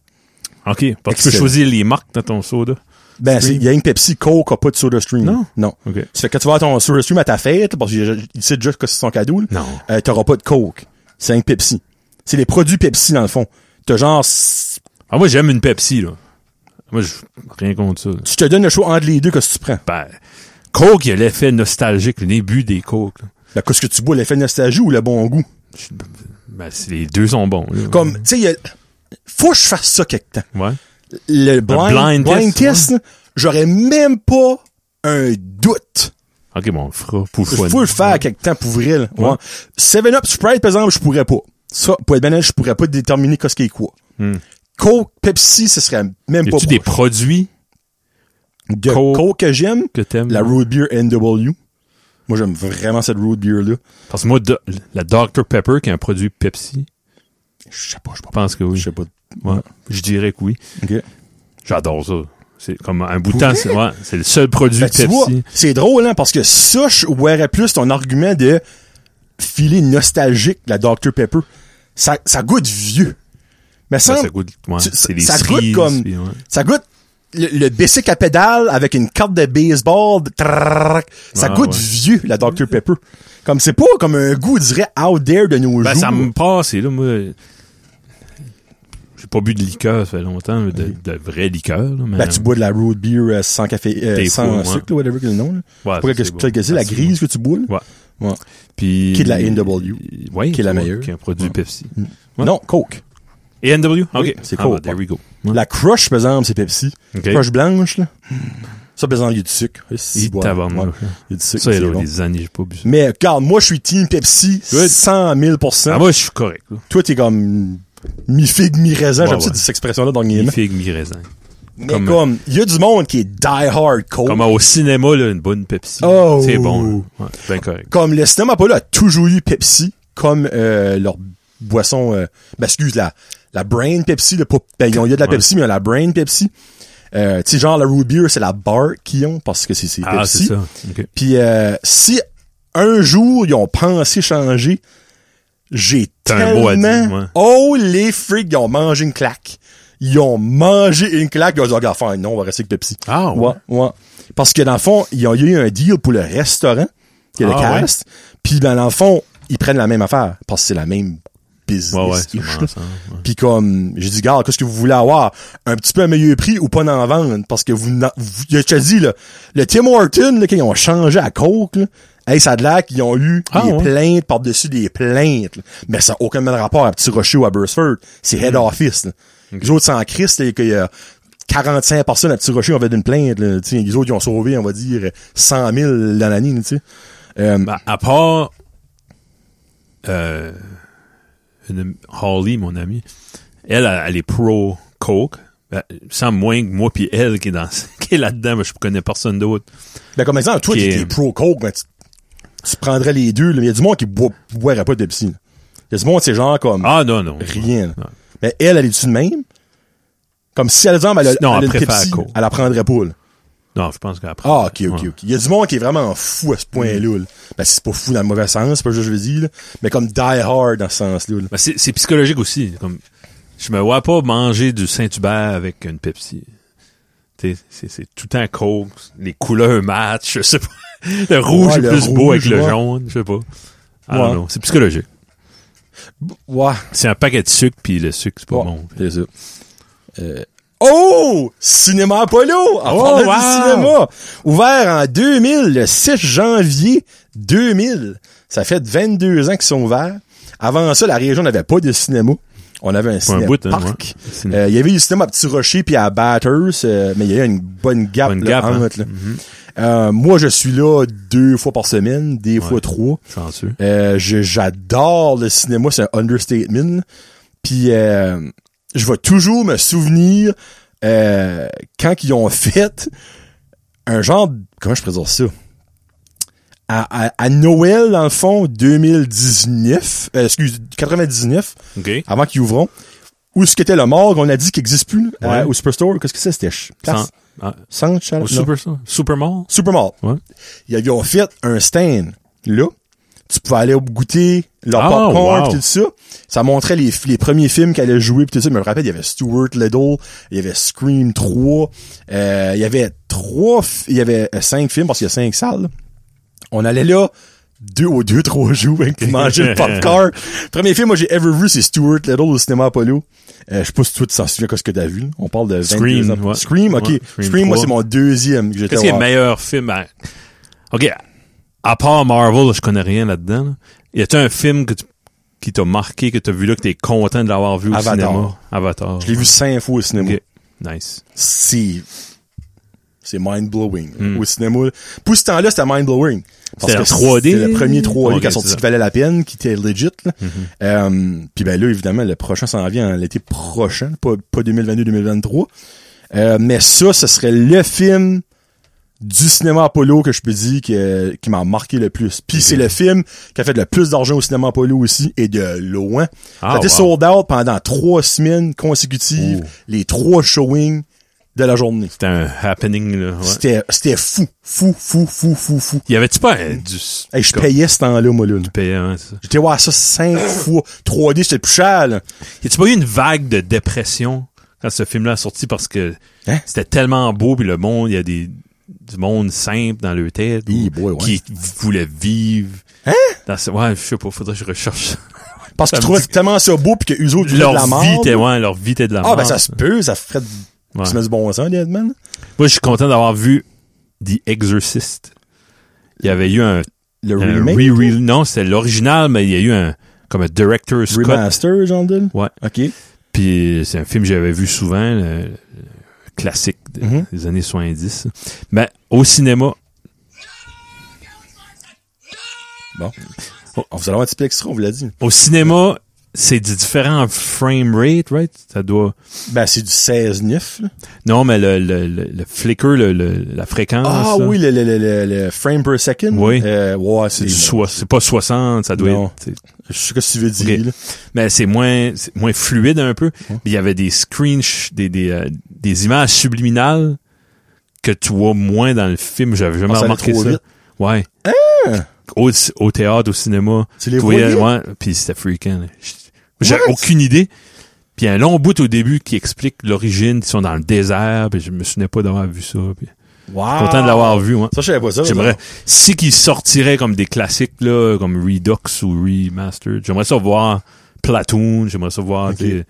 OK. Parce que tu peux
Excellent.
choisir les marques dans ton soda.
Ben,
Stream.
il y a une Pepsi Coke, a pas de soda stream.
Non?
Non.
OK.
Tu fais quand tu vas à ton soda stream à ta fête, là, parce qu'ils savent juste que c'est son cadeau, là,
Non.
euh, t'auras pas de Coke. C'est une Pepsi. C'est les produits Pepsi, dans le fond. T'as genre, s-
Ah, moi, j'aime une Pepsi, là. Moi, je rien contre ça. là.
tu te donnes le choix entre les deux, qu'est-ce que tu prends?
Ben, Coke, il a l'effet nostalgique, le début des Coke. là.
Ben, qu'est-ce que tu bois, l'effet nostalgie ou le bon goût?
Je- Ben, c'est- les deux sont bons. là.
Comme, tu sais, il y a- faut que je fasse ça quelque temps.
Ouais.
Le blind,
blind
blind
test,
test, là, j'aurais même pas un doute.
OK, bon, on le fera pour le
Il
fun.
faut le faire quelque temps pour vrai, là.
Ouais.
Ouais. 7-Up Sprite, par exemple, je pourrais pas. Ça, pour être banal, je pourrais pas déterminer qu'est-ce qui est quoi.
Hmm.
Coke, Pepsi, ce serait même
Y
pas
a-tu des produits
De
Coke-
Coke, que j'aime,
que t'aimes?
la Root Beer NW. Moi, j'aime vraiment cette Root Beer-là.
Parce que moi, do- la Dr Pepper, qui est un produit Pepsi,
Je sais pas, je sais
je pense que oui.
Je sais pas.
Ouais. Je dirais que oui.
Ok.
J'adore ça. C'est comme un bout de temps, c'est ouais, c'est le seul produit
Ben, tu
Pepsi.
vois, c'est drôle, hein, parce que ça, je verrais plus ton argument de filer nostalgique de la Dr Pepper. Ça, ça goûte vieux. Mais
Ben,
ça,
ça goûte, ouais,
tu-
c'est des
ça goûte
cerises,
comme-
puis ouais.
Ça goûte le, le bicycle à pédale avec une carte de baseball. de trrrrrac. ça
Ah,
goûte
ouais.
vieux, la Dr Pepper. Comme c'est pas comme un goût, on dirait, out there de nos
Ben,
jours.
ça me passe, et là, moi, j'ai pas bu de liqueur, ça fait longtemps, de, de vraie liqueur, là, mais,
Ben, tu bois de la root beer euh, sans café, euh,
Des
sans
fois, ouais.
sucre, là, whatever que le nom. là.
Ouais,
Pour que
ça, c'est
c'est
bon.
que c'est
Ah,
la
c'est
grise que tu bois. là.
Ouais.
Ouais.
Puis,
Qui est de la NW,
Ouais,
qui est la
ouais,
meilleure.
Qui est un produit Pepsi. Ouais.
Non, Coke.
Et NW? OK.
Oui, c'est
Ah,
cool.
ben, there we go. Ouais.
La crush, par exemple, c'est Pepsi.
OK.
Crush blanche, là. Ça, par exemple, il y a du sucre. Eh, si,
Et
ouais,
tabarnak.
ouais. Il y a du sucre.
Ça,
c'est
il y a
bon.
des années, j'ai pas bu ça.
Mais regarde, moi, je suis team Pepsi,
Good.
100 000
Ah, moi, je suis correct, là.
Toi, t'es comme mi-figue, mi-raisin.
Ouais,
J'aime
ouais.
ça, cette expression-là, dans le
Mi
game.
figue, mi raisin.
Mais
comme- euh,
comme, il y a du monde qui est die-hard Coke.
Comme au cinéma, là, une bonne Pepsi.
Oh!
C'est bon, là. Ouais, ben correct.
comme le cinéma Apollo a toujours eu Pepsi comme euh, leur boisson euh, ben, excuse la la brain Pepsi le pas ben ils ont il y a de la
Ouais.
Pepsi mais il y a la brain Pepsi euh, tu sais genre la root beer c'est la bar qu'ils ont parce que c'est c'est
Ah,
Pepsi
c'est ça. OK.
puis euh, si un jour ils ont pensé changer j'ai
T'as un mot
tellement
à dire, ouais.
oh les freaks ils ont mangé une claque ils ont mangé une claque ils ont dit Ah, regarde fine, non on va rester avec Pepsi
Ah, ouais.
Ouais, ouais. Parce que dans le fond, il y a eu un deal pour le restaurant, qui est le
Ah, ouais.
cast. Puis ben, dans le fond, ils prennent la même affaire. Parce que c'est la même business.
Ouais, ouais,
ish,
sûrement
là.
ça, ouais.
Puis comme, j'ai dit, gars, qu'est-ce que vous voulez avoir? Un petit peu un meilleur prix ou pas en vendre? Parce que vous, n'en- vous- je te dis, là, le Tim Horton, là, qu'ils ont changé à Coke, là, hey, ça a de l'air qu'ils ont eu
Ah,
des
ouais.
plaintes par-dessus des plaintes. là. Mais ça n'a aucun même rapport à Petit Rocher ou à Burstford. C'est
Mm.
head office. là. Les autres, c'est en Christ, là, qu'il y a 45 personnes à Petit Rocher on avait une plainte. là. Tu sais, les autres, ils ont sauvé, on va dire, 100 000 dans l'année. là, tu sais. Euh,
Ben, à part euh, une am- Holly, mon amie, elle, elle, elle est pro Coke. Ben, sans moins que moi puis elle qui est dans qui est là-dedans, mais je connais personne d'autre.
Ben, comme exemple, toi,
Qui
t'es
est-
t'es pro-coke, ben, tu, tu prendrais les deux. là. Il y a du monde qui boit, boirait pas de Pepsi. là. Il y a du monde, c'est genre comme
Ah non, non.
rien. là.
Non.
Mais elle, elle est-tu de même? Comme si, elle exemple, elle, a- elle
Non,
a
elle
une
préfère
Pepsi,
Coke.
elle la prendrait pas. là.
Non, je pense qu'après.
Ah, ok, ok,
ouais.
ok. Il y a du monde qui est vraiment fou à ce point-là. là. Ben, c'est pas fou dans le mauvais sens, c'est pas ce que je veux dire, là. mais comme die hard dans ce sens-là. là.
Ben, c'est, c'est psychologique aussi. Comme, je me vois pas manger du Saint-Hubert avec une Pepsi. T'sais, c'est, c'est tout le temps Coke. Les couleurs matchent, je sais pas. Le rouge
Ouais,
est
le
plus beau avec
rouge,
le
ouais.
jaune, je sais pas. Ah
Ouais.
non, C'est psychologique.
Ouais,
C'est un paquet de sucre, puis le sucre, c'est pas
ouais,
bon.
c'est ça. Euh, Oh! Cinéma Apollo! En
Oh,
parlant du
wow!
cinéma! Ouvert en 2000, le 6 janvier 2000. Ça fait 22 ans qu'ils sont ouverts. Avant ça, la région n'avait pas de cinéma. On avait un cinéma
bout, hein,
parc.
ouais.
Euh, Il y avait du cinéma à Petit Rocher puis à Batters, euh, mais il y a eu une bonne gap,
Bonne
là,
gap, hein.
entre, là. Euh, moi, je suis là deux fois par semaine, des fois trois.
Chanceux.
Euh, je- j'adore le cinéma, c'est un understatement. Puis euh, je vais toujours me souvenir euh, quand ils ont fait un genre de- comment je peux dire ça à, à- à Noël, dans le fond, 2019, euh, excuse, 99,
OK.
avant qu'ils ouvront, où ce qu'était le morgue, on a dit qu'il n'existe plus euh,
Ouais.
au Superstore. Qu'est-ce que c'est, c'était? ch-
Sans-
place?
ah,
Sans chaleur-
au
non.
Super, Supermall?
Supermall.
Ouais.
Ils ont fait un stand, là. Tu pouvais aller goûter leur
Ah,
popcorn
wow.
pis tout ça. Ça montrait les, les premiers films qu'elle a joué pis tout ça. Mais je me rappelle, il y avait Stuart Little, il y avait Scream 3, euh, il y avait trois, fi- il y avait euh, cinq films parce qu'il y a cinq salles. là. On allait là deux ou deux, trois jours avec manger le popcorn. Premier film, moi, j'ai ever vu, c'est Stuart Little au cinéma Apollo. Euh, je sais pas si toi, tu t'en souviens, qu'est-ce que t'as vu, là. On parle de 22
Scream,
ans.
ouais.
Scream, ok.
Ouais,
Scream,
Scream
moi,
3.
c'est mon deuxième que j'étais
Qu'est-ce qui est le
voir.
meilleur film? à- OK, à part Marvel, je connais rien là-dedans. là. Y a-t-il un film que tu- qui t'a marqué, que t'as vu là, que t'es content de l'avoir vu au
Avatar.
cinéma? Avatar.
Je l'ai vu cinq fois au cinéma.
OK. Nice.
C'est. C'est mind-blowing. Au cinéma. Pour ce temps-là, c'était mind-blowing. Parce
C'était
que
en 3D?
C'était le premier 3D
Ok,
qui a
c'est
sorti
ça. Mhm.
qui valait la peine, qui était legit. là. Euh, Puis ben là, évidemment, le prochain s'en vient en l'été prochain, pas, pas 2022-2023. Euh, mais ça, ce serait le film du cinéma Apollo que je peux dire que, qui m'a marqué le plus. Puis c'est le film qui a fait le plus d'argent au cinéma Apollo aussi, et de loin.
Ah,
ça a été
wow. Oh.
sold out pendant trois semaines consécutives,
Ouh.
les trois showings de la journée.
C'était un happening, là. ouais.
C'était, c'était fou, fou, fou, fou, fou, fou.
Y avait-tu pas euh, du...
Hey, je payais ce temps-là, moi, là. là.
payant, hein, c'est ça?
J'étais voir ça cinq fois. 3D, c'était plus cher, là.
Y a-tu pas eu une vague de dépression quand ce film-là est sorti parce que
Hein?
c'était tellement beau puis le monde, il y a des du monde simple dans leur tête
Hey
ou-
boy, ouais.
qui voulait vivre.
Hein?
Dans ce- ouais, je sais pas, faudrait que je recherche ça.
Parce qu'ils
me
trouvaient
dit-
tellement ça beau pis que eux autres, ils voulaient de la
leur
mort.
vie était ouais, leur vie était de la
Ah,
mort.
ben, ça se peut, ça ferait de...
Ouais.
ça met du bon sens, honnêtement. là.
Moi, je suis content d'avoir vu The Exorcist. Il y avait eu un,
Le
un
remake.
re-re- non, c'était l'original, mais il y a eu un comme un director Scott.
Remaster, genre, de là.
Ouais.
OK.
Puis c'est un film que j'avais vu souvent, le, le classique de-
Mhm.
des années 70. Mais au cinéma,
Bon. Oh, on vous allez avoir un petit peu extra, on vous l'a dit.
au cinéma, c'est du différent frame rate, right? Ça doit.
Ben, c'est du 16-9, là.
Non, mais le, le, le, le flicker, le, le- la fréquence.
Ah
là,
oui, le, le, le, le, le frame per second.
Oui.
Euh, ouais, c'est
C'est du
du
soi- c'est pas 60, ça doit
Non.
être. c'est-
Je sais pas ce que tu veux dire,
Ok.
là.
Mais c'est moins, c'est moins fluide un peu. Puis Il y avait des screens, des, des, euh, des images subliminales que tu vois moins dans le film. J'avais jamais
Ah, ça allait
remarqué
trop
ça.
vite. Hein?
Ouais. Au, au théâtre, au cinéma.
Tu les
voyais,
voyais?
ouais, puis c'était freaking. là. J'ai aucune idée. Puis il y a un long bout au début qui explique l'origine, ils sont dans le désert, puis je me souvenais pas d'avoir vu ça. Puis
Wow.
content de l'avoir vu, moi.
Ça, je savais pas ça.
J'aimerais, si qu'ils sortiraient comme des classiques, là, comme Redux ou Remastered, j'aimerais ça voir Platoon, j'aimerais ça voir
Ok.
des,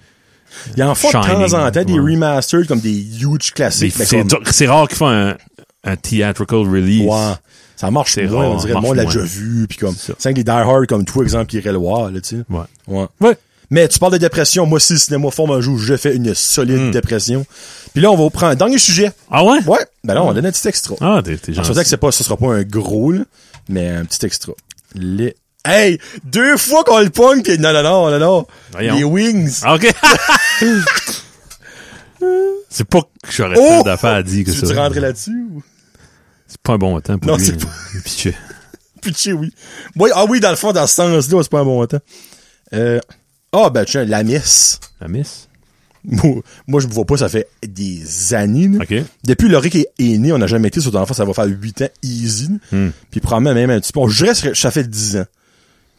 Il y en faut de
Shining,
temps en temps des
ouais.
remasters comme des huge
des-
classiques. mais
c'est,
ben, comme-
c'est rare qu'ils font un, un theatrical release.
Ouais. Ça marche
C'est
moins,
rare,
on dirait le
marche
monde l'a
moins.
déjà vu puis comme
C'est ça.
c'est que les die hard comme toi exemple qui irait le voir là tu sais.
Ouais.
Ouais.
Ouais.
Mais tu parles de dépression, moi si le cinéma forme un jour, je fais une solide dépression. Puis là on va prendre un dernier sujet.
Hmm. Ah ouais?
Ouais, ben là on donne un petit extra.
Ah, t'es, t'es
Je
gentil.
souhaitais que c'est pas ce sera pas un gros là, mais un petit extra. Les Hey, deux fois qu'on le pogne pis non non non non non.
Voyons.
Les wings.
Ah, ok. c'est pas que j'aurais
Oh!
tant d'affaires à dire que
tu
ça.
veux rentrer là-dessus ou
C'est pas un bon temps pour
Non,
lui.
c'est pas-
Le pitcher.
Pitché, oui. Oui, ah oui, dans le fond, dans ce sens-là, c'est pas un bon temps. Euh, Ah, ben tiens, la messe.
La miss?
Moi, moi, je me vois pas, ça fait des années. là.
Ok.
Depuis Loric est, est né, on n'a jamais été sur ton enfant, ça va faire 8 ans easy. là.
Hmm.
Puis probablement même un petit peu. On jurait que ça fait 10 ans.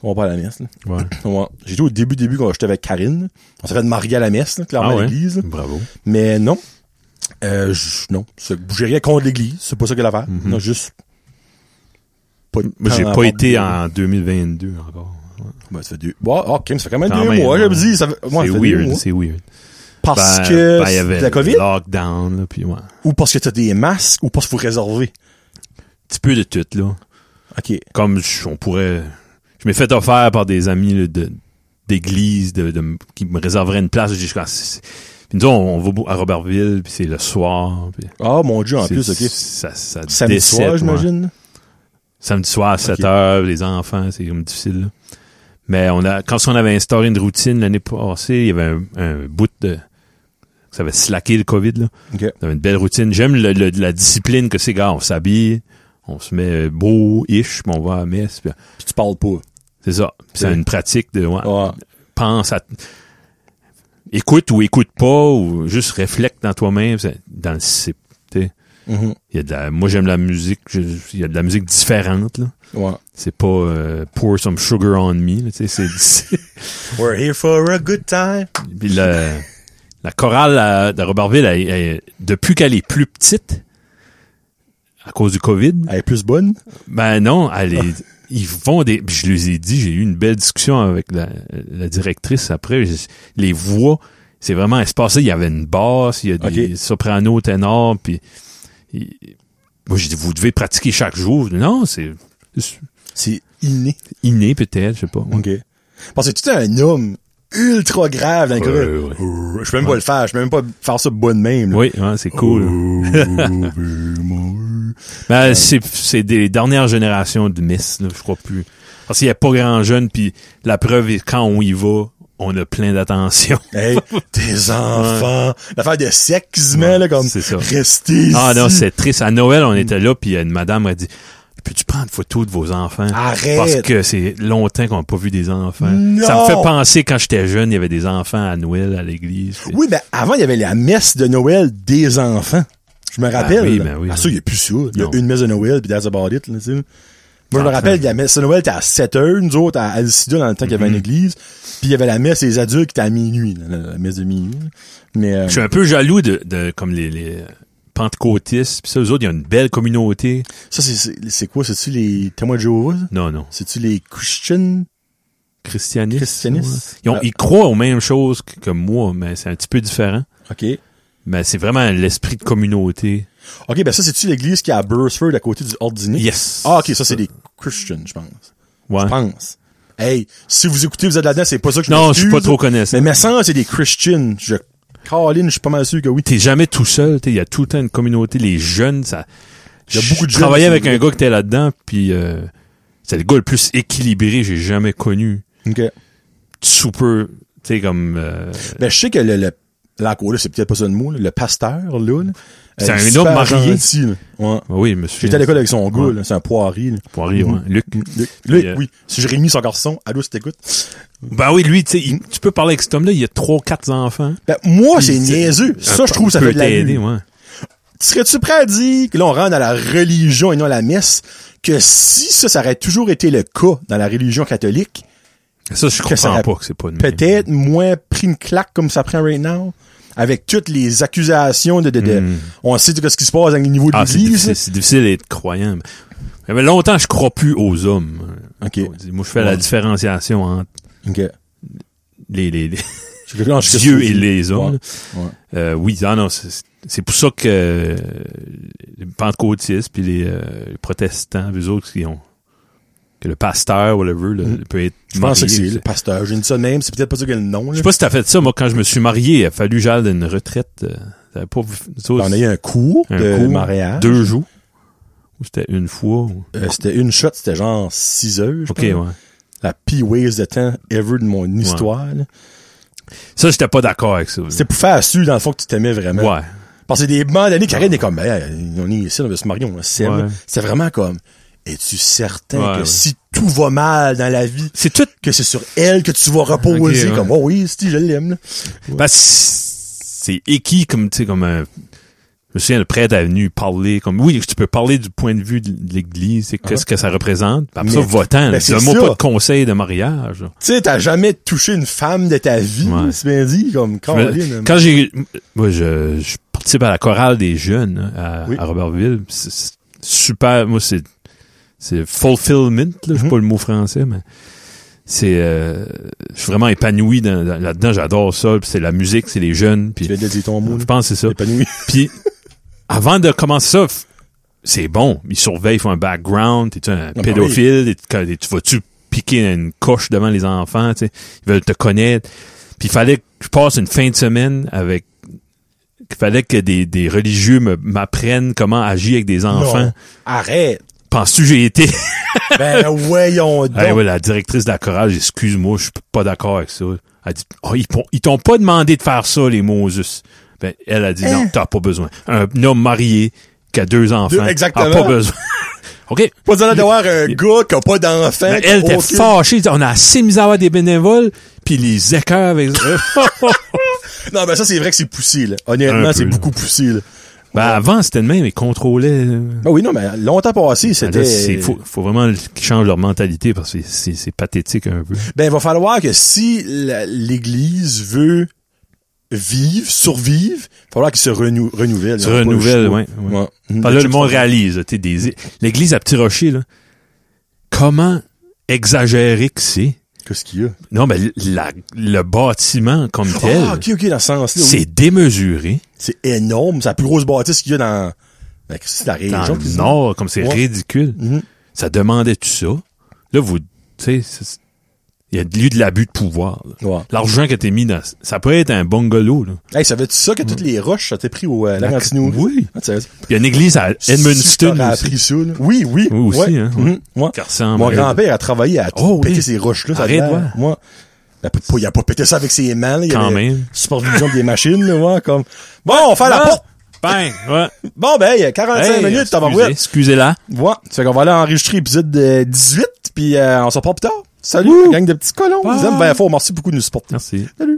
On va pas à la messe. là.
Ouais.
Ouais. J'étais au début, début, quand j'étais avec Karine. On s'est fait marier à la messe, là, clairement,
Ah
à
ouais.
l'église. là.
Bravo.
Mais non. Euh, je- non. C'est- J'ai rien contre l'église. C'est pas ça que l'affaire. Non, juste. Pas de
Moi, Mm-hmm. j'ai
temps à
pas
part-
été en 2022 encore.
Ben, ça fait deux. Ouais, ok, mais ça fait quand même
Quand
deux
même,
mois, j'aime
ouais.
dire. Ça fait, ouais,
c'est
ça fait deux
weird,
mois.
c'est weird.
Parce
Ben,
que
ben, il y avait
c'est la COVID,
le lockdown, là, puis ouais.
ou parce que t'as des masques, ou parce qu'il faut réserver.
Un petit peu de tout, là.
Ok.
Comme je- on pourrait... Je m'ai fait offert par des amis là, de d'église de, de m- qui me réserveraient une place. J'ai dit, Ah, c'est- c'est- Puis nous, on, on va à Robertville, puis c'est le soir. Puis
Ah, mon dieu, en
c'est-
plus, ok.
Ça, ça
Samedi
décède,
soir,
ouais.
j'imagine.
Samedi soir à 7 heures, les enfants, c'est comme difficile. là. Mais on a, quand on avait instauré une routine l'année passée, il y avait un, un bout de... Ça avait slacké le COVID, là.
Ok.
On avait une belle routine. J'aime le- le- la discipline que c'est, gars. On s'habille, On se met beau-ish, puis on va à la messe. puis-
Puis tu parles pas.
C'est ça. Puis C'est
Oui.
une pratique de... ouais,
Ouais.
pense à... Écoute ou écoute pas, ou juste réflecte dans toi-même, c'est- dans le cible, tu sais.
Mhm.
Il y a de la- moi, j'aime la musique. je- Il y a de la musique différente. Là.
Ouais.
C'est pas euh, pour some sugar on me. Là, tu sais, c'est, c'est-
We're here for a good time.
puis la, la chorale à- de Robertville, elle- elle- depuis qu'elle est plus petite, à cause du COVID,
Elle est plus bonne.
ben non, elle est- ils font des. puis je les ai dit, j'ai eu une belle discussion avec la, la directrice après. je- les voix, c'est vraiment espacé. Il y avait une basse, il y a des
Ok.
sopranos, ténors, puis. il- moi, j'ai dit, vous devez pratiquer chaque jour. Non, c'est c'est
C'est inné.
inné peut-être, je sais pas.
OK. Parce que tu es un homme ultra grave dans le
Ouais,
corps. Je peux même pas le faire. Je peux même pas faire ça de bonne même. là.
Oui, hein, c'est cool.
Oh.
Ben, c'est, c'est des dernières générations de Miss, là, je crois plus. Parce qu'il n'y a pas grand jeune, puis la preuve est quand on y va, on a plein d'attention.
Hey, tes enfants. L'affaire de sexe, man, là, comme.
c'est ça.
Restez ici.
Ah non, c'est triste. À Noël, on était là, puis euh, une madame a dit Peux-tu prendre une photo de vos enfants
Arrête.
Parce que c'est longtemps qu'on n'a pas vu des enfants.
Non.
Ça me fait penser quand j'étais jeune, il y avait des enfants à Noël à l'église. puis-
Oui, ben, avant, il y avait la messe de Noël des enfants. Je me rappelle.
oui, ben oui.
Ah, ça, il n'y a plus ça. Il y a
Non.
une messe de Noël, puis that's about it, là, tu sais. Moi, je me
Ah,
rappelle,
ça.
la messe de Noël était à 7 heures, nous autres, à Alcida, dans le temps qu'il y
Mm-hmm.
avait une église. Puis il y avait la messe des adultes qui était à minuit, là, la, la messe de minuit. là. Mais, euh,
Je suis un peu jaloux de, de comme les, les pentecôtistes, puis ça, eux autres, ils ont une belle communauté.
ça, c'est- c'est c'est quoi? C'est-tu les témoins de Jéhovah, ça?
Non, non.
C'est-tu les Christians?
Christianistes.
Christianistes.
ouais. Ils, ont-
Ah.
ils croient aux mêmes choses que, que moi, mais c'est un petit peu différent.
OK.
Mais c'est vraiment l'esprit de communauté.
OK, ben ça, c'est-tu l'église qui est à Burstford, à côté du Ordinic?
Yes. Ah.
Ah, OK, ça, c'est des Christians, je pense.
Ouais.
Je pense. Hey, si vous écoutez, vous êtes là-dedans, c'est pas ça que je
Non, je suis pas
m'excuse.
trop connaissant.
Mais mes sens, c'est des Christians. Je, Caroline, je suis pas mal sûr que oui.
t'es jamais tout seul, t'sais, il y a tout le temps une communauté, les jeunes, ça.
Il y a beaucoup de
Je travaillais
jeunes,
avec
c'est
un gars qui était là-dedans, puis euh, c'est le gars le plus équilibré que j'ai jamais connu.
OK.
Super, tu sais, comme... euh,
Ben, je sais que le, le là, encore là, c'est peut-être pas ça le mot, là, le pasteur, là, là
C'est
euh,
un
super
homme marié.
gentil, là. Ouais.
ah oui, monsieur.
J'étais à l'école avec son
Ouais.
gars, là, c'est un poirier. Là.
Poirier, ouais. Luc.
Lui, lui,
euh,
oui. Si j'ai réuni son garçon, allô, si t'écoutes.
Ben oui, lui, tu sais, il- tu peux parler avec cet homme-là, il a trois, quatre enfants.
Ben, moi, c'est
Il- euh,
niaiseux. Ça, je trouve, ça
peut
fait de la
t'aider,
lune.
ouais.
Serais-tu prêt à dire que là, on rentre dans la religion et non la messe, que si ça, ça aurait toujours été le cas dans la religion catholique,
Ça, je
ça
comprends
aurait
pas que c'est pas une
peut-être moins pris une claque comme ça prend right now, avec toutes les accusations de, de, de- on sait de ce qui se passe au niveau de
Mm. Hmm. Ah, c'est
l'église.
difficile, c'est difficile d'être croyant. Mais- Mais longtemps, je crois plus aux hommes.
Ok.
Moi, je fais la
Ouais.
différenciation entre
Ok.
les- les, les,
Je- non, je-
Dieu et les hommes.
Ouais.
là. Euh, oui, ah non, c'est c'est pour ça que euh, les pentecôtistes puis les, euh, les protestants, eux autres qui ont que le pasteur whatever le,
Mm.
peut être
Je pense que
marié.
c'est le pasteur. J'ai dit ça de même, c'est peut-être pas ça que le nom,
Je
là.
sais pas si t'as fait ça moi quand je me suis marié, il a fallu que j'aille à une retraite, euh, t'avais pas nous autres,
On a eu un cours
un
de
cours,
mariage.
deux jours ou c'était une fois ou-
Euh, c'était une shot, c'était genre 6 heures. je
OK,
pense.
ouais.
La pire waste de temps ever de mon histoire,
Mm.
là.
Ça j'étais pas d'accord avec ça. là.
C'était pour faire su, dans le fond, que tu t'aimais vraiment.
Ouais.
Parce que des bandes d'années qui arrêtent et comme, Hey, on est ici, on veut se marier, on s'aime.
Ouais.
C'est vraiment comme, es-tu certain
Ouais,
que
ouais.
si tout va mal dans la vie,
C'est tout
que c'est sur elle que tu vas reposer,
Ok, ouais.
comme, oh oui, si, je l'aime, là.
Ben, c'est équi comme, tu sais, comme un... Je me souviens, le prêtre est venu parler comme... Oui, tu peux parler du point de vue de l'Église, c'est qu'est-ce que ça représente. Puis Après ça,
Ah Mais-
votant.
ben, c'est
Donne-moi
ça.
pas de conseil de mariage. là.
Tu sais, t'as jamais touché une femme de ta vie,
Ouais.
c'est bien dit, comme,
Je me-
Caroline.
Quand j'ai... Moi, je, je participe à la chorale des jeunes hein, à,
Oui.
à Robertville. Puis C'est c'est super... Moi, c'est... C'est fulfillment, là. Je sais
Mhm.
pas le mot français, mais... C'est... euh, je suis vraiment épanoui dans- dans- là-dedans. J'adore ça. Puis C'est la musique, c'est les jeunes. Puis
Tu viens de dire ton mot, là.
je pense que c'est ça.
Épanoui.
Puis, avant de commencer ça, f- c'est bon. Ils surveillent, ils font un background. T'es-tu un
bah
pédophile? T'es- quand- Tu vas-tu piquer une coche devant les enfants? tu sais? Ils veulent te connaître. Puis, il fallait que je passe une fin de semaine avec... Il fallait que des, des religieux me- m'apprennent comment agir avec des enfants.
Non. Arrête.
Penses-tu que j'ai été...
Ben, voyons donc.
Eh ouais, la directrice de la chorale, excuse-moi, je suis pas d'accord avec ça. Elle dit, oh, ils, pon- ils t'ont pas demandé de faire ça, les Moses. Ben, elle a dit, non, t'as pas besoin. Un homme marié qui a deux enfants,
Eh. Deux- exactement.
a pas besoin. OK.
Pas dire d'avoir un gars qui a pas d'enfant.
Ben,
qui a
elle était
aucune-
fâchée. Elle dit, On a assez mis à avoir des bénévoles, puis les écœurs avec
Non, ben ça, c'est vrai que c'est poussé, là. Honnêtement,
Un
c'est
peu,
beaucoup poussé, là.
ben, avant, c'était le même, ils contrôlaient. là. Ah,
Ben oui, non, mais longtemps passé,
Ben Là, c'est
c'était...
faut, faut vraiment qu'ils changent leur mentalité parce que c'est- c'est c'est pathétique un peu.
Ben, il va falloir que si la- l'Église veut vivre, survivre, il va falloir qu'il se renou- renouvelle. Ils
Se
ont pas le
renouvelle,
choix.
ouais, ouais.
Mhm.
Par là, le monde réalise. là, t'sais, des- L'église à Petit Rocher, là, comment exagérer que c'est?
Qu'est-ce qu'il y a?
Non, mais la- le bâtiment comme tel,
Ah, ok, ok, dans ce sens-là, oui.
c'est démesuré.
C'est énorme. C'est la plus grosse bâtisse qu'il y a dans, ben, c'est la région.
Dans
qu'ils
le
disent.
nord, comme c'est
Ouais.
ridicule.
Mhm.
Ça demandait tout ça. Là, vous, tu sais, c'est- il y a eu de l'abus de pouvoir. là.
Ouais.
L'argent qui a été mis dans... Ça peut être un bungalow, là.
Hey, savais-tu ça que toutes les roches, ça t'est pris au, euh, Laurentinou?
Oui.
Ah, tu sais,
Il y a une église à
si
Edmundston
t'aurais
aussi.
appris ça, là. Oui, oui.
Oui, aussi,
Ouais.
hein, ouais.
Mhm. Ouais.
qui ressemble
Mon
à-
grand-père a travaillé à
Oh,
péter
oui.
ces roches-là. ça
Arrête,
a l'air.
ouais.
Ouais. Il a pas- Il a pas pété ça avec ses mains. là. Il
Quand
avait
même.
Supervision des machines, là, ouais, comme... Bon, on fait la porte!
Bang! Ouais.
Bon, ben, il y a 45
Hey,
minutes, t'as
excusez,
ouais.
Excusez-la.
Ouais. Ça fait qu'on va aller enregistrer épisode euh, 18, puis euh, on se reparle plus tard. Salut, gang de petits colons. Je Vous aime bien fort. Merci beaucoup de nous supporter.
Merci.
Salut.